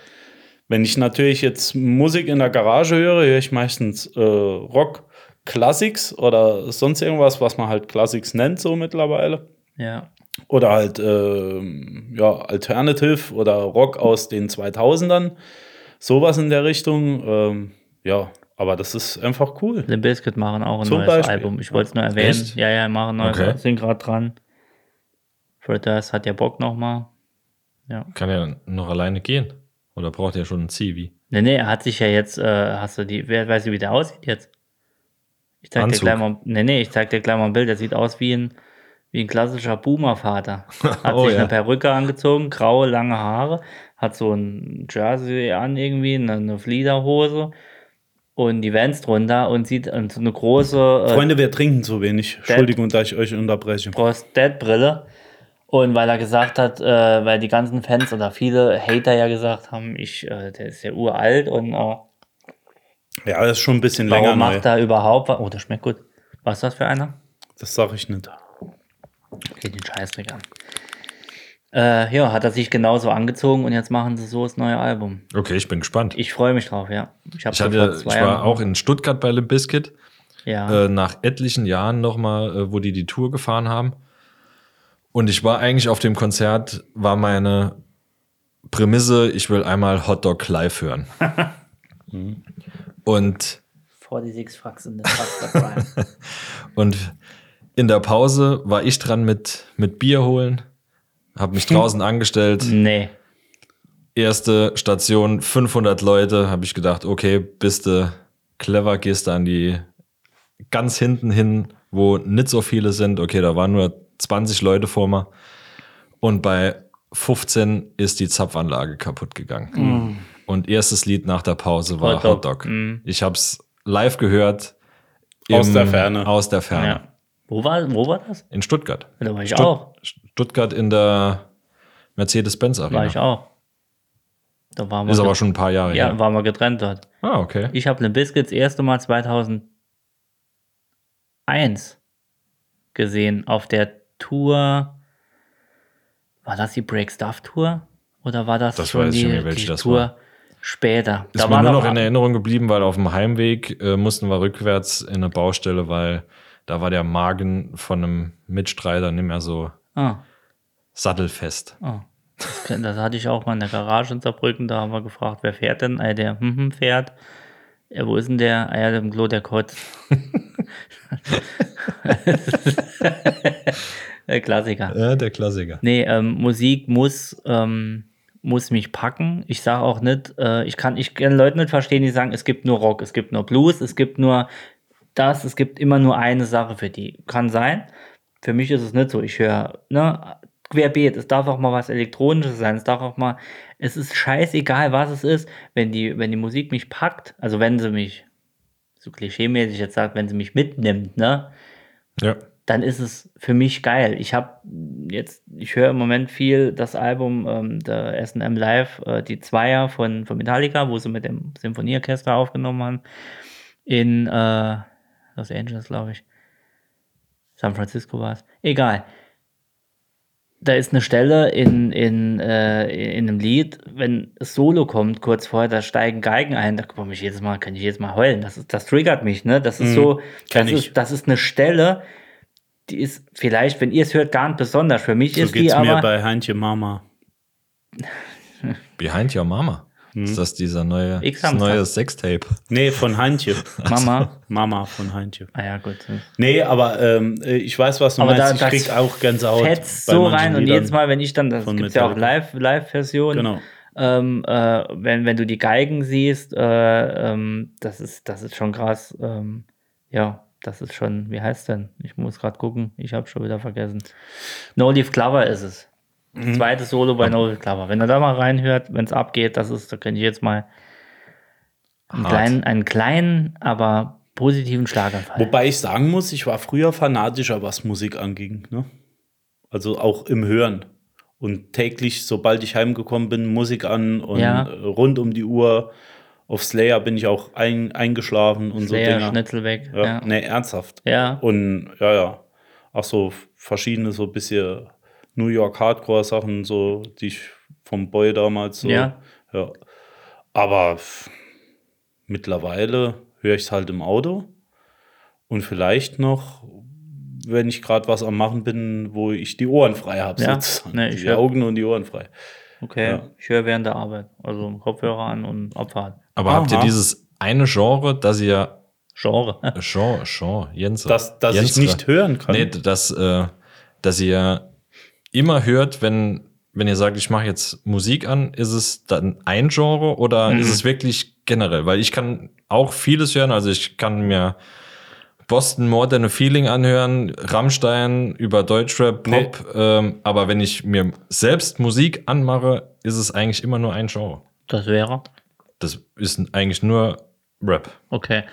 B: Wenn ich natürlich jetzt Musik in der Garage höre, höre ich meistens äh, Rock, Classics oder sonst irgendwas, was man halt Classics nennt so mittlerweile.
D: Ja.
B: Oder halt ähm, ja, Alternative oder Rock aus den 2000ern. Sowas in der Richtung. Ähm, ja, aber das ist einfach cool.
D: Limp Bizkit machen auch ein
B: Zum
D: neues
B: Beispiel.
D: Album. Ich wollte es nur erwähnen.
C: Echt?
D: Ja, ja, machen ein neues.
C: Okay.
D: Sind gerade dran. Fred Durst hat ja Bock nochmal. Ja.
C: Kann ja noch alleine gehen. Oder braucht ja schon ein Zivi?
D: Nee, nee, er hat sich ja jetzt, äh, hast du die, wer weiß, wie der aussieht jetzt? Ich zeig dir
C: Anzug.
D: gleich mal, nee, nee, ich zeig dir gleich mal ein Bild, der sieht aus wie ein, wie ein klassischer Boomer-Vater. Hat
C: Oh,
D: sich
C: ja.
D: eine Perücke angezogen, graue, lange Haare, hat so ein Jersey an irgendwie, eine, eine Fliederhose und die Vans drunter und sieht und so eine große äh,
B: Freunde, wir trinken zu wenig. Entschuldigung, da ich euch unterbreche.
D: Prostet-Brille. Und weil er gesagt hat, äh, weil die ganzen Fans oder viele Hater ja gesagt haben, ich, äh, der ist ja uralt und äh,
B: Ja, das ist schon ein bisschen länger
D: Warum
B: neu.
D: macht er überhaupt was? Oh, das schmeckt gut. Was ist das für einer?
B: Das sage ich nicht.
D: Geht den Scheißdreck an. Äh, ja, hat er sich genauso angezogen und jetzt machen sie so das neue Album.
C: Okay, ich bin gespannt.
D: Ich freue mich drauf, ja. Ich, hab
C: Ich,
D: so
C: hatte, ich
D: Jahren-
C: war auch in Stuttgart bei Limp Bizkit.
D: Ja,
C: äh, nach etlichen Jahren nochmal, äh, wo die die Tour gefahren haben. Und ich war eigentlich auf dem Konzert, war meine Prämisse, ich will einmal Hotdog live hören. und,
D: 46 Fax in der Fax
C: und in der Pause war ich dran mit, mit Bier holen, habe mich draußen angestellt.
D: Nee.
C: erste Station 500 Leute, habe ich gedacht, okay, bist du clever, gehst du an die ganz hinten hin, wo nicht so viele sind. Okay, da waren nur 20 Leute vor mir. Und bei 15 ist die Zapfanlage kaputt gegangen.
B: Mhm.
C: Und erstes Lied nach der Pause war
D: Hotdog.
C: Hotdog.
D: Mhm.
C: Ich habe es live gehört.
B: Aus
C: im-
B: der Ferne.
C: Aus der Ferne.
D: Ja. Wo war, wo war das?
C: In Stuttgart.
D: Da war ich
C: Stutt-
D: auch.
C: Stuttgart in der Mercedes-Benz-Arena.
D: War ich auch. Da waren wir
C: Ist aber
D: get-
C: schon ein paar Jahre
D: ja,
C: her.
D: waren wir getrennt dort.
C: Ah, okay.
D: Ich habe Limp Bizkit das erste Mal 2001 gesehen auf der Tour. War das die Break Stuff Tour? Oder war das,
C: Das
D: schon
C: weiß ich
D: die,
C: nicht, welche
D: die
C: das
D: Tour
C: war.
D: später?
C: Ist mir nur noch in Erinnerung geblieben, weil auf dem Heimweg äh, mussten wir rückwärts in eine Baustelle, weil da war der Magen von einem Mitstreiter nicht mehr so
D: Ah,
C: sattelfest.
D: das kenn- das hatte ich auch mal in der Garage in Saarbrücken. Da haben wir gefragt, wer fährt denn? Ey, der hm, hm, fährt. Ja, wo ist denn der? Ah ja, der im Klo, der kotzt. Der Klassiker.
C: Äh, der Klassiker.
D: Nee, ähm, Musik muss, ähm, muss mich packen. Ich sage auch nicht, äh, ich kann, ich kann Leute nicht verstehen, die sagen, es gibt nur Rock, es gibt nur Blues, es gibt nur das, es gibt immer nur eine Sache für die. Kann sein. Für mich ist es nicht so. Ich höre, ne, querbeet, es darf auch mal was Elektronisches sein, es darf auch mal, es ist scheißegal, was es ist, wenn die, wenn die Musik mich packt, also wenn sie mich, so klischeemäßig jetzt sagt, wenn sie mich mitnimmt, ne,
C: Ja.
D: dann ist es für mich geil. Ich habe jetzt, ich höre im Moment viel das Album ähm, der SM Live, äh, die Zweier von, von Metallica, wo sie mit dem Symphonieorchester aufgenommen haben, in äh, Los Angeles, glaube ich. San Francisco war es. Egal. Da ist eine Stelle in, in, äh, in einem Lied, wenn es Solo kommt, kurz vorher, da steigen Geigen ein, da komme ich jedes Mal, kann ich jedes Mal heulen. Das, ist, das triggert mich, ne? Das ist so,
B: Mhm. kenn
D: das
B: ich.
D: ist, das ist eine Stelle, die ist vielleicht, wenn ihr es hört, gar nicht besonders. Für mich
B: So
D: ist die
B: geht's mir
D: aber.
B: bei Heintje Mama.
C: Behind Your Mama.
B: Hm.
C: Ist das dieser neue,
D: Ich
C: das
D: sammel's
C: neue
D: ab.
C: Sextape?
B: Nee, von Heintje.
D: Mama.
B: Mama von Heintje.
D: Ah ja, gut.
B: Nee, aber ähm, ich weiß, was du
D: Aber da,
B: meinst.
D: das
B: ich krieg auch Gänsehaut.
D: fetzt
B: bei
D: so
B: manchen
D: rein und
B: Liedern.
D: jedes Mal, wenn ich dann, das
B: von
D: gibt es ja auch
B: Metallica.
D: Live- Live-Versionen,
B: Genau.
D: ähm, äh, wenn, wenn du die Geigen siehst, äh, ähm, das, ist, das ist schon krass. Ähm, ja, das ist schon, wie heißt denn? Ich muss gerade gucken, ich habe schon wieder vergessen. No Leaf Clover ist es.
B: Mhm.
D: Das Zweites Solo bei No Leaf Clover. Wenn er da mal reinhört, wenn es abgeht, das ist, da könnte ich jetzt mal einen
C: Hart.
D: kleinen, einen kleinen, aber positiven Schlaganfall.
B: Wobei ich sagen muss, ich war früher fanatischer, was Musik anging. Ne? Also auch im Hören. Und täglich, sobald ich heimgekommen bin, Musik an und
D: Ja.
B: äh, rund um die Uhr. Auf Slayer bin ich auch ein, eingeschlafen und
D: Slayer,
B: so Dinger.
D: Schnitzel weg.
B: Ja,
D: Ja.
B: Nee, Oh. ernsthaft.
D: Ja.
B: Und ja, ja. Auch so verschiedene, so ein bisschen New York Hardcore-Sachen, so, die ich vom Boy damals so.
D: Ja.
B: ja. Aber f- mittlerweile höre ich es halt im Auto. Und vielleicht noch, wenn ich gerade was am Machen bin, wo ich die Ohren frei habe,
D: Ja.
B: sozusagen.
D: Nee, ich
B: die
D: hör-
B: Augen und die Ohren frei.
D: Okay,
B: Ja.
D: ich höre während der Arbeit. Also Kopfhörer an und Abfahrt.
C: Aber habt ihr
B: Aha.
C: dieses eine Genre, das ihr
D: Genre.
C: Genre, Genre, Jens.
B: Dass, dass ich
C: Jens- äh,
B: nicht hören kann.
C: Nee, dass, äh, dass ihr immer hört, wenn, wenn ihr sagt, ich mache jetzt Musik an, ist es dann ein Genre oder ist es wirklich generell? Weil ich kann auch vieles hören, also ich kann mir Boston More Than a Feeling anhören, Rammstein über Deutschrap, Pop, ähm, aber wenn ich mir selbst Musik anmache, ist es eigentlich immer nur ein Genre.
D: Das wäre.
C: Das ist eigentlich nur Rap.
D: Okay.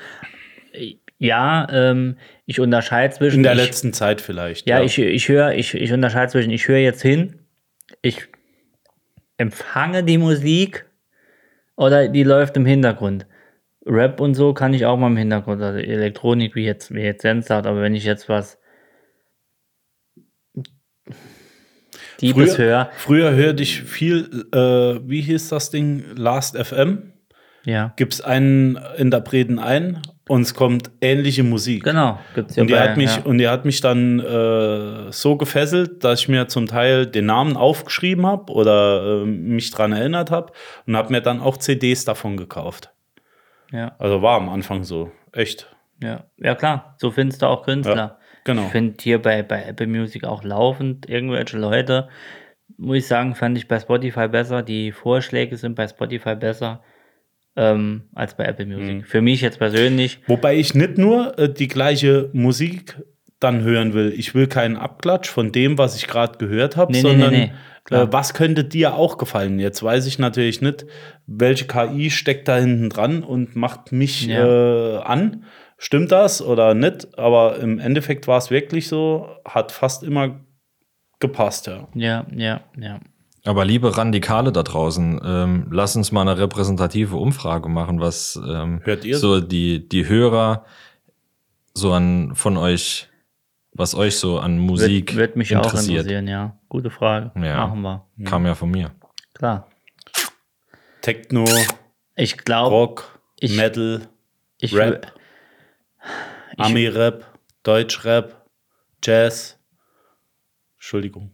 D: Ja, ähm, ich unterscheide zwischen.
B: In der
D: ich,
B: letzten Zeit vielleicht.
D: Ja, ich, ich höre, ich, ich unterscheide zwischen, ich höre jetzt hin, ich empfange die Musik oder die läuft im Hintergrund. Rap und so kann ich auch mal im Hintergrund, also Elektronik, wie jetzt, wie jetzt Jens sagt, aber wenn ich jetzt was Diebes höre,
B: Früher, früher hörte ich viel, äh, wie hieß das Ding? Last FM.
D: ja.
B: Gibt's einen Interpreten ein und es kommt ähnliche Musik.
D: Genau, gibt's ja
B: Und die,
D: bei-
B: hat mich,
D: ja.
B: und die hat mich dann äh, so gefesselt, dass ich mir zum Teil den Namen aufgeschrieben habe oder äh, mich dran erinnert habe und habe mir dann auch CDs davon gekauft.
D: ja.
B: Also war am Anfang so. Echt.
D: Ja, ja klar, so findest du auch Künstler.
B: Ja, genau.
D: Ich finde hier bei, bei Apple Music auch laufend irgendwelche Leute, muss ich sagen, fand ich bei Spotify besser. Die Vorschläge sind bei Spotify besser ähm, als bei Apple Music.
B: Mhm.
D: Für mich jetzt persönlich.
B: Wobei ich nicht nur äh, die gleiche Musik dann hören will. Ich will keinen Abklatsch von dem, was ich gerade gehört habe,
D: Nee, nee,
B: sondern
D: nee, nee. Klar.
B: Äh, was könnte dir auch gefallen? Jetzt weiß ich natürlich nicht, welche KI steckt da hinten dran und macht mich äh, an. Stimmt das oder nicht? Aber im Endeffekt war es wirklich so, hat fast immer gepasst, ja.
D: Ja, ja, ja.
C: Aber liebe Radikale da draußen, ähm, lass uns mal eine repräsentative Umfrage machen, was ähm,
B: Hört ihr?
C: so die, die Hörer so an von euch, was euch so an Musik
D: Würde würd mich auch
C: interessiert.
D: interessieren, ja. Gute Frage.
C: Ja.
D: Machen wir.
C: Kam ja von mir.
D: Klar.
B: Techno,
D: Ich glaube,
B: Rock,
D: ich-
B: Metal,
D: ich,
B: Rap, Ami-Rap, Deutsch-Rap, Jazz. Entschuldigung.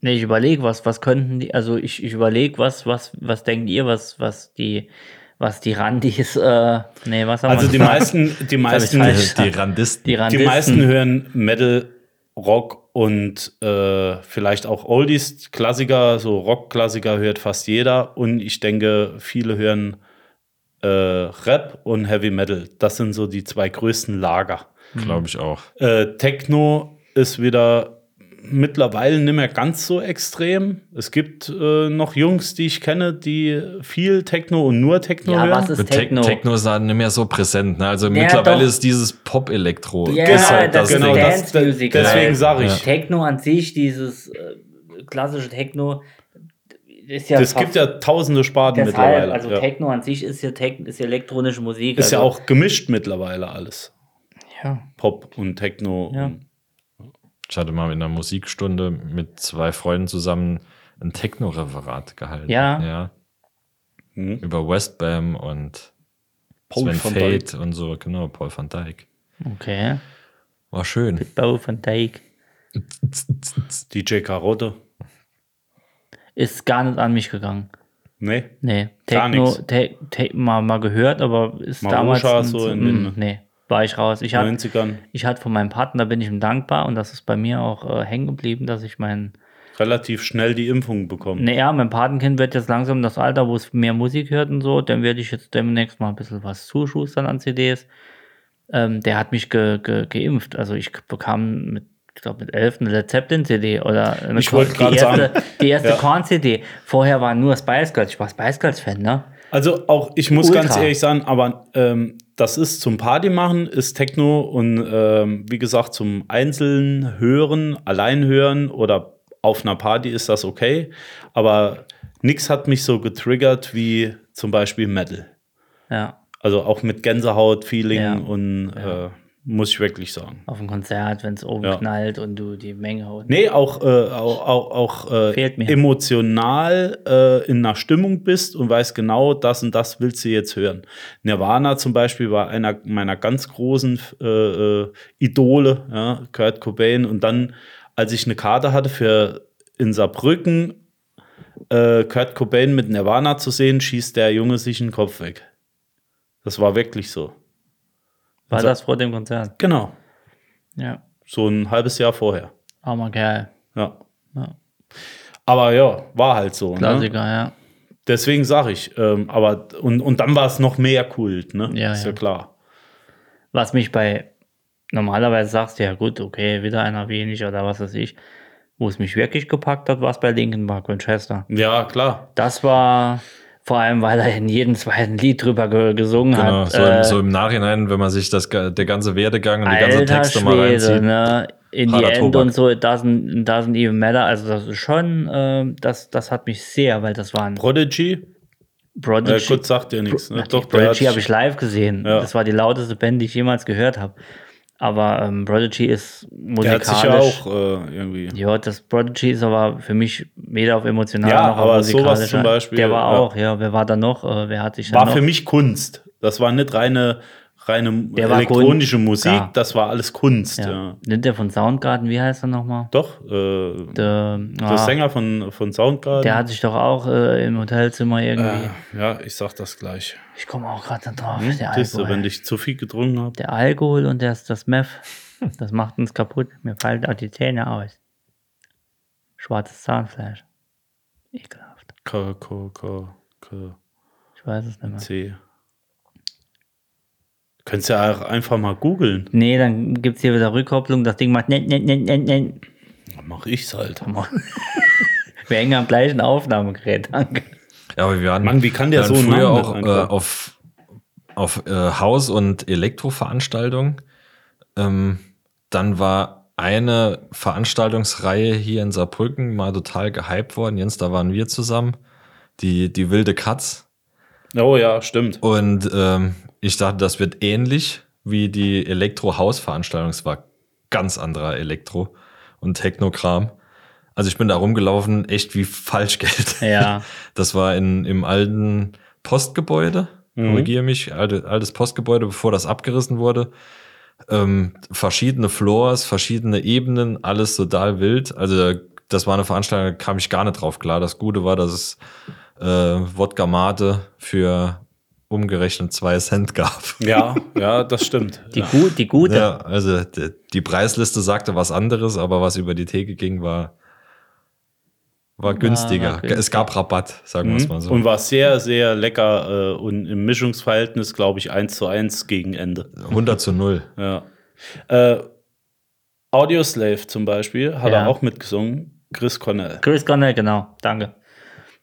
D: Nee, ich überlege, was, was könnten die, also ich, ich überlege, was, was, was denkt ihr, was, was die, was die Randis, äh, nee, was haben
B: Also
D: wir
B: die
D: gesagt?
B: meisten, die meisten,
D: falsch
B: die,
D: gesagt.
C: Die Randisten.
D: die Randisten,
B: meisten hören Metal, Rock und äh, vielleicht auch Oldies, Klassiker, so Rock-Klassiker hört fast jeder. Und ich denke, viele hören äh, Rap und Heavy Metal. Das sind so die zwei größten Lager.
C: glaube ich auch.
B: Äh, Techno ist wieder mittlerweile nicht mehr ganz so extrem. Es gibt äh, noch Jungs, die ich kenne, die viel Techno und nur Techno
D: Ja,
B: hören.
D: was ist
C: Mit Techno.
D: Techno?
C: Techno ist da nicht mehr so präsent. Ne? Also mittlerweile
D: doch.
C: ist dieses Pop-Elektro.
D: Ja,
C: ist halt
D: das ist
C: Ding.
B: genau
D: Dance
B: das, de-
D: Music
B: deswegen
D: halt.
B: sage ich.
D: Techno an sich, dieses äh, klassische Techno, ist ja.
B: Es
D: fast-
B: gibt ja tausende Sparten
D: Deshalb,
B: mittlerweile.
D: also
B: ja.
D: Techno an sich ist ja, Techno, ist ja elektronische Musik.
B: Ist ja
D: also,
B: auch gemischt mittlerweile alles.
D: Ja.
B: Pop und Techno.
D: Ja.
B: und-
C: Ich hatte mal in einer Musikstunde mit zwei Freunden zusammen ein Techno-Referat gehalten.
D: Ja.
B: Mhm.
C: Über Westbam und
B: Paul
C: Sven
B: van Dyk.
C: Fate und so, genau, Paul van Dyk.
D: Okay.
C: War schön.
D: Bau von Teig.
B: DJ Karotte.
D: Ist gar nicht an mich gegangen.
B: Nee.
D: Nee.
B: Gar
D: Techno,
B: nix.
D: te, te, mal, mal gehört, aber ist
B: Marusha
D: damals.
B: so in den-
D: Mm, nee, war ich raus. Ich hatte
B: 90ern.
D: ich hatte von meinem Partner, bin ich ihm dankbar und das ist bei mir auch äh, hängen geblieben, dass ich meinen.
B: Relativ schnell die Impfung bekommen.
D: Naja, mein Patenkind wird jetzt langsam das Alter, wo es mehr Musik hört und so. Dann werde ich jetzt demnächst mal ein bisschen was zuschustern an CDs. Ähm, der hat mich ge, ge, geimpft. Also ich bekam mit, ich glaube mit elf eine Led Zeppelin-CD oder eine
B: Ich wollte
D: die
B: gerade
D: erste,
B: sagen.
D: die erste
B: Ja.
D: Korn-CD. Vorher war nur Spice Girls. Ich war Spice Girls-Fan, ne?
B: Also auch, ich muss
D: Ultra.
B: ganz ehrlich sagen, aber ähm, das ist zum Party machen, ist Techno und ähm, wie gesagt zum Einzelnen hören, allein hören oder auf einer Party ist das okay. Aber nichts hat mich so getriggert wie zum Beispiel Metal.
D: Ja.
B: Also auch mit Gänsehaut-Feeling
D: Ja.
B: und Äh, muss ich wirklich sagen.
D: Auf dem Konzert, wenn es oben
B: Ja.
D: knallt und du die Menge und
B: Nee, auch, äh, auch, auch, auch äh,
D: Fehlt mir.
B: emotional äh, in einer Stimmung bist und weißt genau, das und das willst du jetzt hören. Nirvana zum Beispiel war einer meiner ganz großen äh, äh, Idole, ja, Kurt Cobain. Und dann, als ich eine Karte hatte für in Saarbrücken, äh, Kurt Cobain mit Nirvana zu sehen, schießt der Junge sich den Kopf weg. Das war wirklich so.
D: war
B: so-
D: das vor dem Konzert.
B: Genau.
D: Ja.
B: So ein halbes Jahr vorher.
D: Armer Kerl.
B: Ja.
D: Ja.
B: Aber ja, war halt so. Ne?
D: Klassiker, ja.
B: Deswegen sage ich, ähm, aber und, und dann war es noch mehr Kult, ne?
D: Ja,
B: ist ja,
D: ja.
B: klar.
D: Was mich bei normalerweise sagst du ja gut, okay, wieder einer wenig oder was weiß ich. Wo es mich wirklich gepackt hat, war es bei Linkin Park Winchester.
B: Ja, klar.
D: Das war vor allem, weil er in jedem zweiten Lied drüber ge gesungen
C: Genau,
D: hat.
C: so,
D: äh,
C: im, so im Nachhinein, wenn man sich das, ga- der ganze Werdegang und die ganzen
D: Alter
C: Texte mal
D: Schwede,
C: reinzieht.
D: ne? In die
C: Harter
D: End
C: Tobak.
D: und so, it doesn't, it doesn't even matter. Also das ist schon, ähm, das, das hat mich sehr, weil das war ein
B: Prodigy, äh,
D: Prodigy.
B: Gott sagt dir nichts. Ne?
D: Na, Doch,
B: Doch, der
D: Prodigy
B: hat-
D: habe ich live gesehen.
B: Ja.
D: Das war die lauteste Band, die ich jemals gehört habe. Aber ähm, Prodigy ist
B: der
D: musikalisch.
B: hat sich ja auch äh, irgendwie.
D: Ja, das Prodigy ist aber für mich weder auf emotional
B: Ja,
D: noch
B: aber
D: auf musikalisch.
B: sowas zum Beispiel,
D: Der war
B: ja.
D: auch, ja. Wer war da noch? Äh, Wer hat sich da
B: War
D: noch?
B: für mich Kunst. Das war nicht reine, reine
D: Der war
B: elektronische
D: Kunst,
B: Musik,
D: klar.
B: das war alles Kunst. Ja.
D: ja. Nimmt der von Soundgarden, wie heißt er nochmal?
B: Doch, äh, der,
D: Der, ah,
B: Sänger von, von Soundgarden.
D: der hat sich doch auch äh, im Hotelzimmer irgendwie.
B: äh, ja, ich sag das gleich.
D: Ich komme auch gerade da drauf.
B: Hm?
D: Der,
B: Siehste, wenn
D: Alkohol.
B: ich zu viel getrunken habe.
D: der Alkohol und das, das Meth, das macht uns kaputt. Mir fallen auch die Zähne aus. Schwarzes Zahnfleisch. Ekelhaft.
B: K, K, K, K.
D: Ich weiß es nicht mehr.
B: C. Könntest ja auch einfach mal googeln.
D: Nee, dann gibt es hier wieder Rückkopplung. Das Ding macht nen, nen, nen, nen, nen.
B: Dann mach ich's halt.
D: Wir hängen am gleichen Aufnahmegerät. Danke.
C: Ja, aber wir waren,
B: Mann, wie kann der
C: wir
B: so
C: waren
B: einen
C: früher
B: Namen
C: auch
B: da
C: äh,
B: reinkommen?
C: auf, auf äh, Haus- und Elektroveranstaltungen. Ähm, dann war eine Veranstaltungsreihe hier in Saarbrücken mal total gehypt worden. Jens, da waren wir zusammen. Die, die wilde Katz.
B: Oh ja, stimmt.
C: Und ähm, ich dachte, das wird ähnlich wie die Elektro-Haus-Veranstaltung. Es war ganz anderer Elektro- und Technokram. Also ich bin da rumgelaufen, echt wie Falschgeld.
D: Ja.
C: Das war in, im alten Postgebäude, korrigiere mich, alte, altes Postgebäude, bevor das abgerissen wurde. Ähm, verschiedene Floors, verschiedene Ebenen, alles total wild. Also das war eine Veranstaltung, da kam ich gar nicht drauf klar. Das Gute war, dass es äh, Wodka Mate für umgerechnet zwei Cent gab.
B: Ja, ja, das stimmt.
D: Die,
B: ja.
D: gu die gute.
C: Ja, also d- die Preisliste sagte was anderes, aber was über die Theke ging, war, war günstiger.
D: günstig.
C: Es gab Rabatt, sagen wir es mal so.
B: Mhm. Und war sehr, sehr lecker äh, und im Mischungsverhältnis, glaube ich, 1 zu 1 gegen Ende.
C: 100 zu 0.
B: Ja. Äh, Audioslave zum Beispiel hat
D: Ja.
B: er auch mitgesungen. Chris Cornell.
D: Chris Cornell, genau, danke.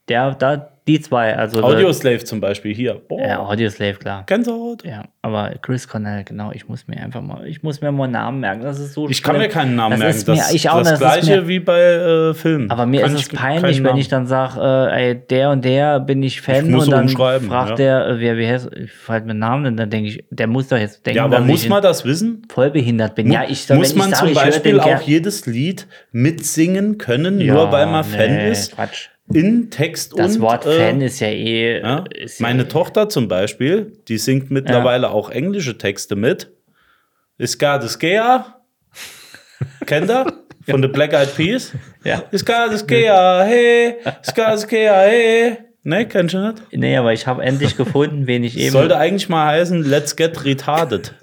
D: Der, da, die zwei, also.
B: Audioslave zum Beispiel hier. Boah,
D: der, ja, Audioslave, klar.
B: Gänsehaut.
D: Ja, aber Chris Cornell, genau, ich muss mir einfach mal, ich muss mir mal Namen merken. Das ist so
B: Ich kann
D: schlimm.
B: mir keinen Namen
D: das
B: merken.
D: Ist mir,
B: das
D: ich auch,
B: das,
D: das, ist
B: gleiche
D: mir,
B: wie bei äh, Filmen.
D: aber mir
B: Kann
D: ist es
B: ich keinen
D: peinlich, wenn
B: Namen.
D: ich dann sage, äh, ey, der und der bin ich Fan
B: Ich muss
D: und dann
B: umschreiben,
D: fragt
B: ja.
D: der, äh, wer, wie heißt, ich fällt mir Namen, und dann denke ich, der muss doch jetzt denken,
B: Ja, aber
D: dass
B: muss
D: ich
B: man
D: man
B: das wissen?
D: voll behindert bin. ja, ich
B: muss
D: wenn
B: man
D: ich sag,
B: zum
D: ich höre
B: Beispiel
D: den Kerl-
B: auch jedes Lied mitsingen können,
D: ja,
B: nur weil man Fan
D: nee,
B: ist?
D: Quatsch.
B: In Text und.
D: Das Wort
B: äh,
D: Fan ist ja eh.
B: Ja?
D: Ist
B: Meine
D: ja,
B: Tochter zum Beispiel, die singt mittlerweile auch englische Texte mit. Is God is Gea? Kennt ihr? Von The Black Eyed Peas?
D: Ja.
B: Is God is Gea, hey! Is God is Gea, hey! Ne, kennst du nicht?
D: eh, Nee, aber ich habe endlich gefunden, wen ich eben.
B: Sollte eigentlich mal heißen Let's Get Retarded.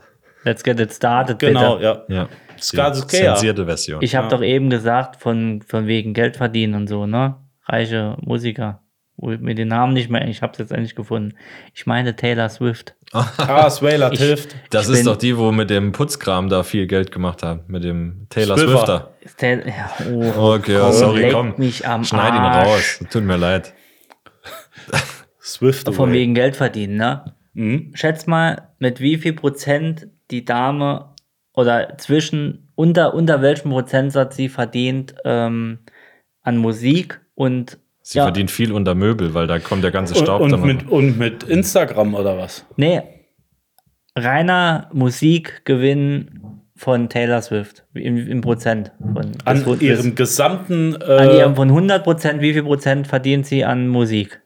D: Let's get it started.
B: Genau,
D: Bitte.
B: ja.
C: Ja.
B: Scar
C: Die
B: is Gea.
C: Zensierte Version.
D: Ich habe doch eben gesagt, von, von wegen Geld verdienen und so, ne? Reiche Musiker. Wo ich mir den Namen nicht mehr, ich habe es jetzt endlich gefunden. Ich meine Taylor Swift.
B: Ah, Swaylor
D: Ich-
B: Tift.
C: das
D: ich
C: ist
D: bin-
C: doch die, wo mit dem Putzkram da viel Geld gemacht haben, mit dem Taylor
B: Swiffer.
C: Swifter.
D: Ist Tay- ja, oh,
C: Okay, ja, sorry,
D: leck
C: komm.
D: mich am
C: Schneid ihn
D: Arsch.
C: raus. Tut mir leid.
B: Swift.
D: Von
B: away.
D: wegen Geld verdienen, ne?
B: Mhm.
D: Schätz mal, mit wie viel Prozent die Dame oder zwischen, unter, unter welchem Prozentsatz sie verdient ähm, an Musik und
C: Sie verdient viel unter Möbel, weil da kommt der ganze
B: Und,
C: Staub
B: und,
C: dann.
B: mit, und mit Instagram oder was?
D: Nee, reiner Musikgewinn von Taylor Swift im, im Prozent. Von,
B: An
D: des- des-
B: ihrem gesamten. Äh,
D: an ihrem von 100 Prozent, wie viel Prozent verdient sie an Musik?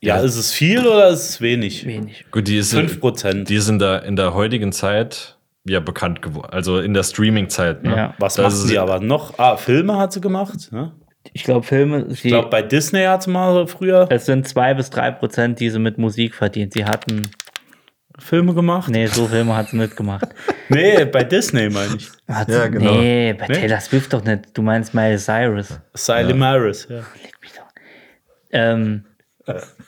B: ja, ist es viel oder ist es wenig?
D: Wenig.
C: Gut, die ist, äh,
B: 5%.
C: die ist in, der, in der heutigen Zeit ja bekannt geworden. Also in der Streaming-Zeit. Ne?
D: Ja.
B: Was
C: Das
B: macht
C: ist-
B: sie aber noch? Ah, Filme hat sie gemacht. Ne?
D: Ich glaube, Filme, sie,
B: Ich glaube, bei Disney hat sie mal so früher
D: es sind 2 bis 3 Prozent, die sie mit Musik verdient. Sie hatten,
B: Filme gemacht. Nee,
D: nee, so Filme hat sie nicht gemacht.
B: bei Disney meine ich.
D: Hat sie,
C: Ja, genau.
D: Nee, bei Taylor Swift doch nicht. Du meinst Miley Cyrus.
B: Siley Maris. Ja.
D: Ähm,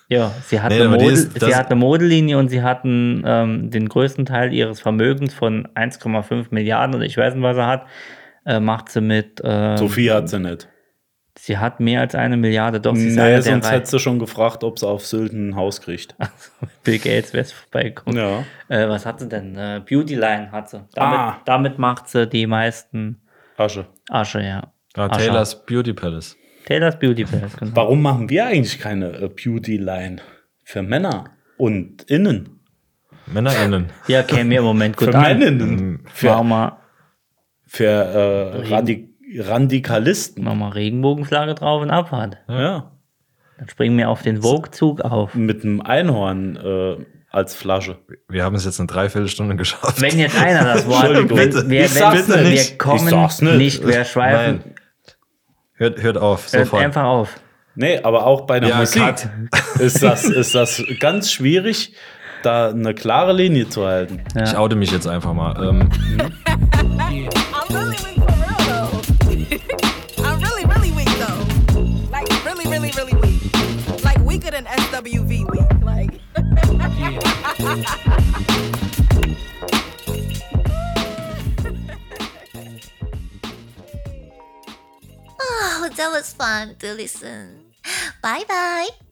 D: ja, sie hat,
C: Äh. Nee,
D: eine,
C: aber die
D: Model,
C: ist- das-
D: sie hat eine Modellinie und sie hatten ähm, den größten Teil ihres Vermögens von 1,5 Milliarden und ich weiß nicht, was er hat, äh, macht sie mit. Äh,
B: Sophie hat sie nicht.
D: Sie hat mehr als eine Milliarde, doch sie ist
B: Nee,
D: einer der
B: sonst hättest
D: Reichen.
B: du schon gefragt, ob sie auf Sylt ein Haus kriegt.
D: Bill Gates wäre vorbeigekommen.
B: Ja.
D: Äh, was hat sie denn? Äh, Beautyline hat sie. Damit,
B: Ah.
D: damit macht sie die meisten
B: Asche.
D: Asche, ja.
C: Ah,
D: Asche.
C: Taylor's Beauty Palace.
D: Taylors Beauty Palace, genau.
B: Warum machen wir eigentlich keine äh, Beauty-Line für Männer und innen?
C: MännerInnen.
D: Ja, käme mir im Moment gut
B: Für
D: an.
B: Männinnen. Für,
D: Machen wir,
B: für äh, Radik Radikalisten.
D: machen wir Regenbogenflagge drauf und Abfahrt.
B: Ja.
D: Dann springen wir auf den Vogue-Zug auf.
B: Mit einem Einhorn äh, als Flasche.
C: Wir haben es jetzt eine Dreiviertelstunde geschafft.
D: Wenn jetzt einer das Wort
B: Entschuldigung.
D: wenn,
B: Bitte.
D: wir,
B: Ich
D: wenn,
B: sag's
D: wir
B: nicht. Ich
D: kommen
B: sag's
D: nicht.
B: nicht.
D: wir schweifen
C: Nein. Hört, hört auf,
D: Hört
C: sofort.
D: einfach auf.
B: Nee, aber auch bei einer
C: Ja,
B: Musik
C: Cut.
B: ist das, ist das ganz schwierig, da eine klare Linie zu halten.
C: Ich oute mich jetzt einfach mal. Ähm,
F: I'm really weak for real though. I'm really, really weak though. Like really, really, really weak. Like weaker than SWV weak. Like
G: Oh, that was fun to listen. Bye bye.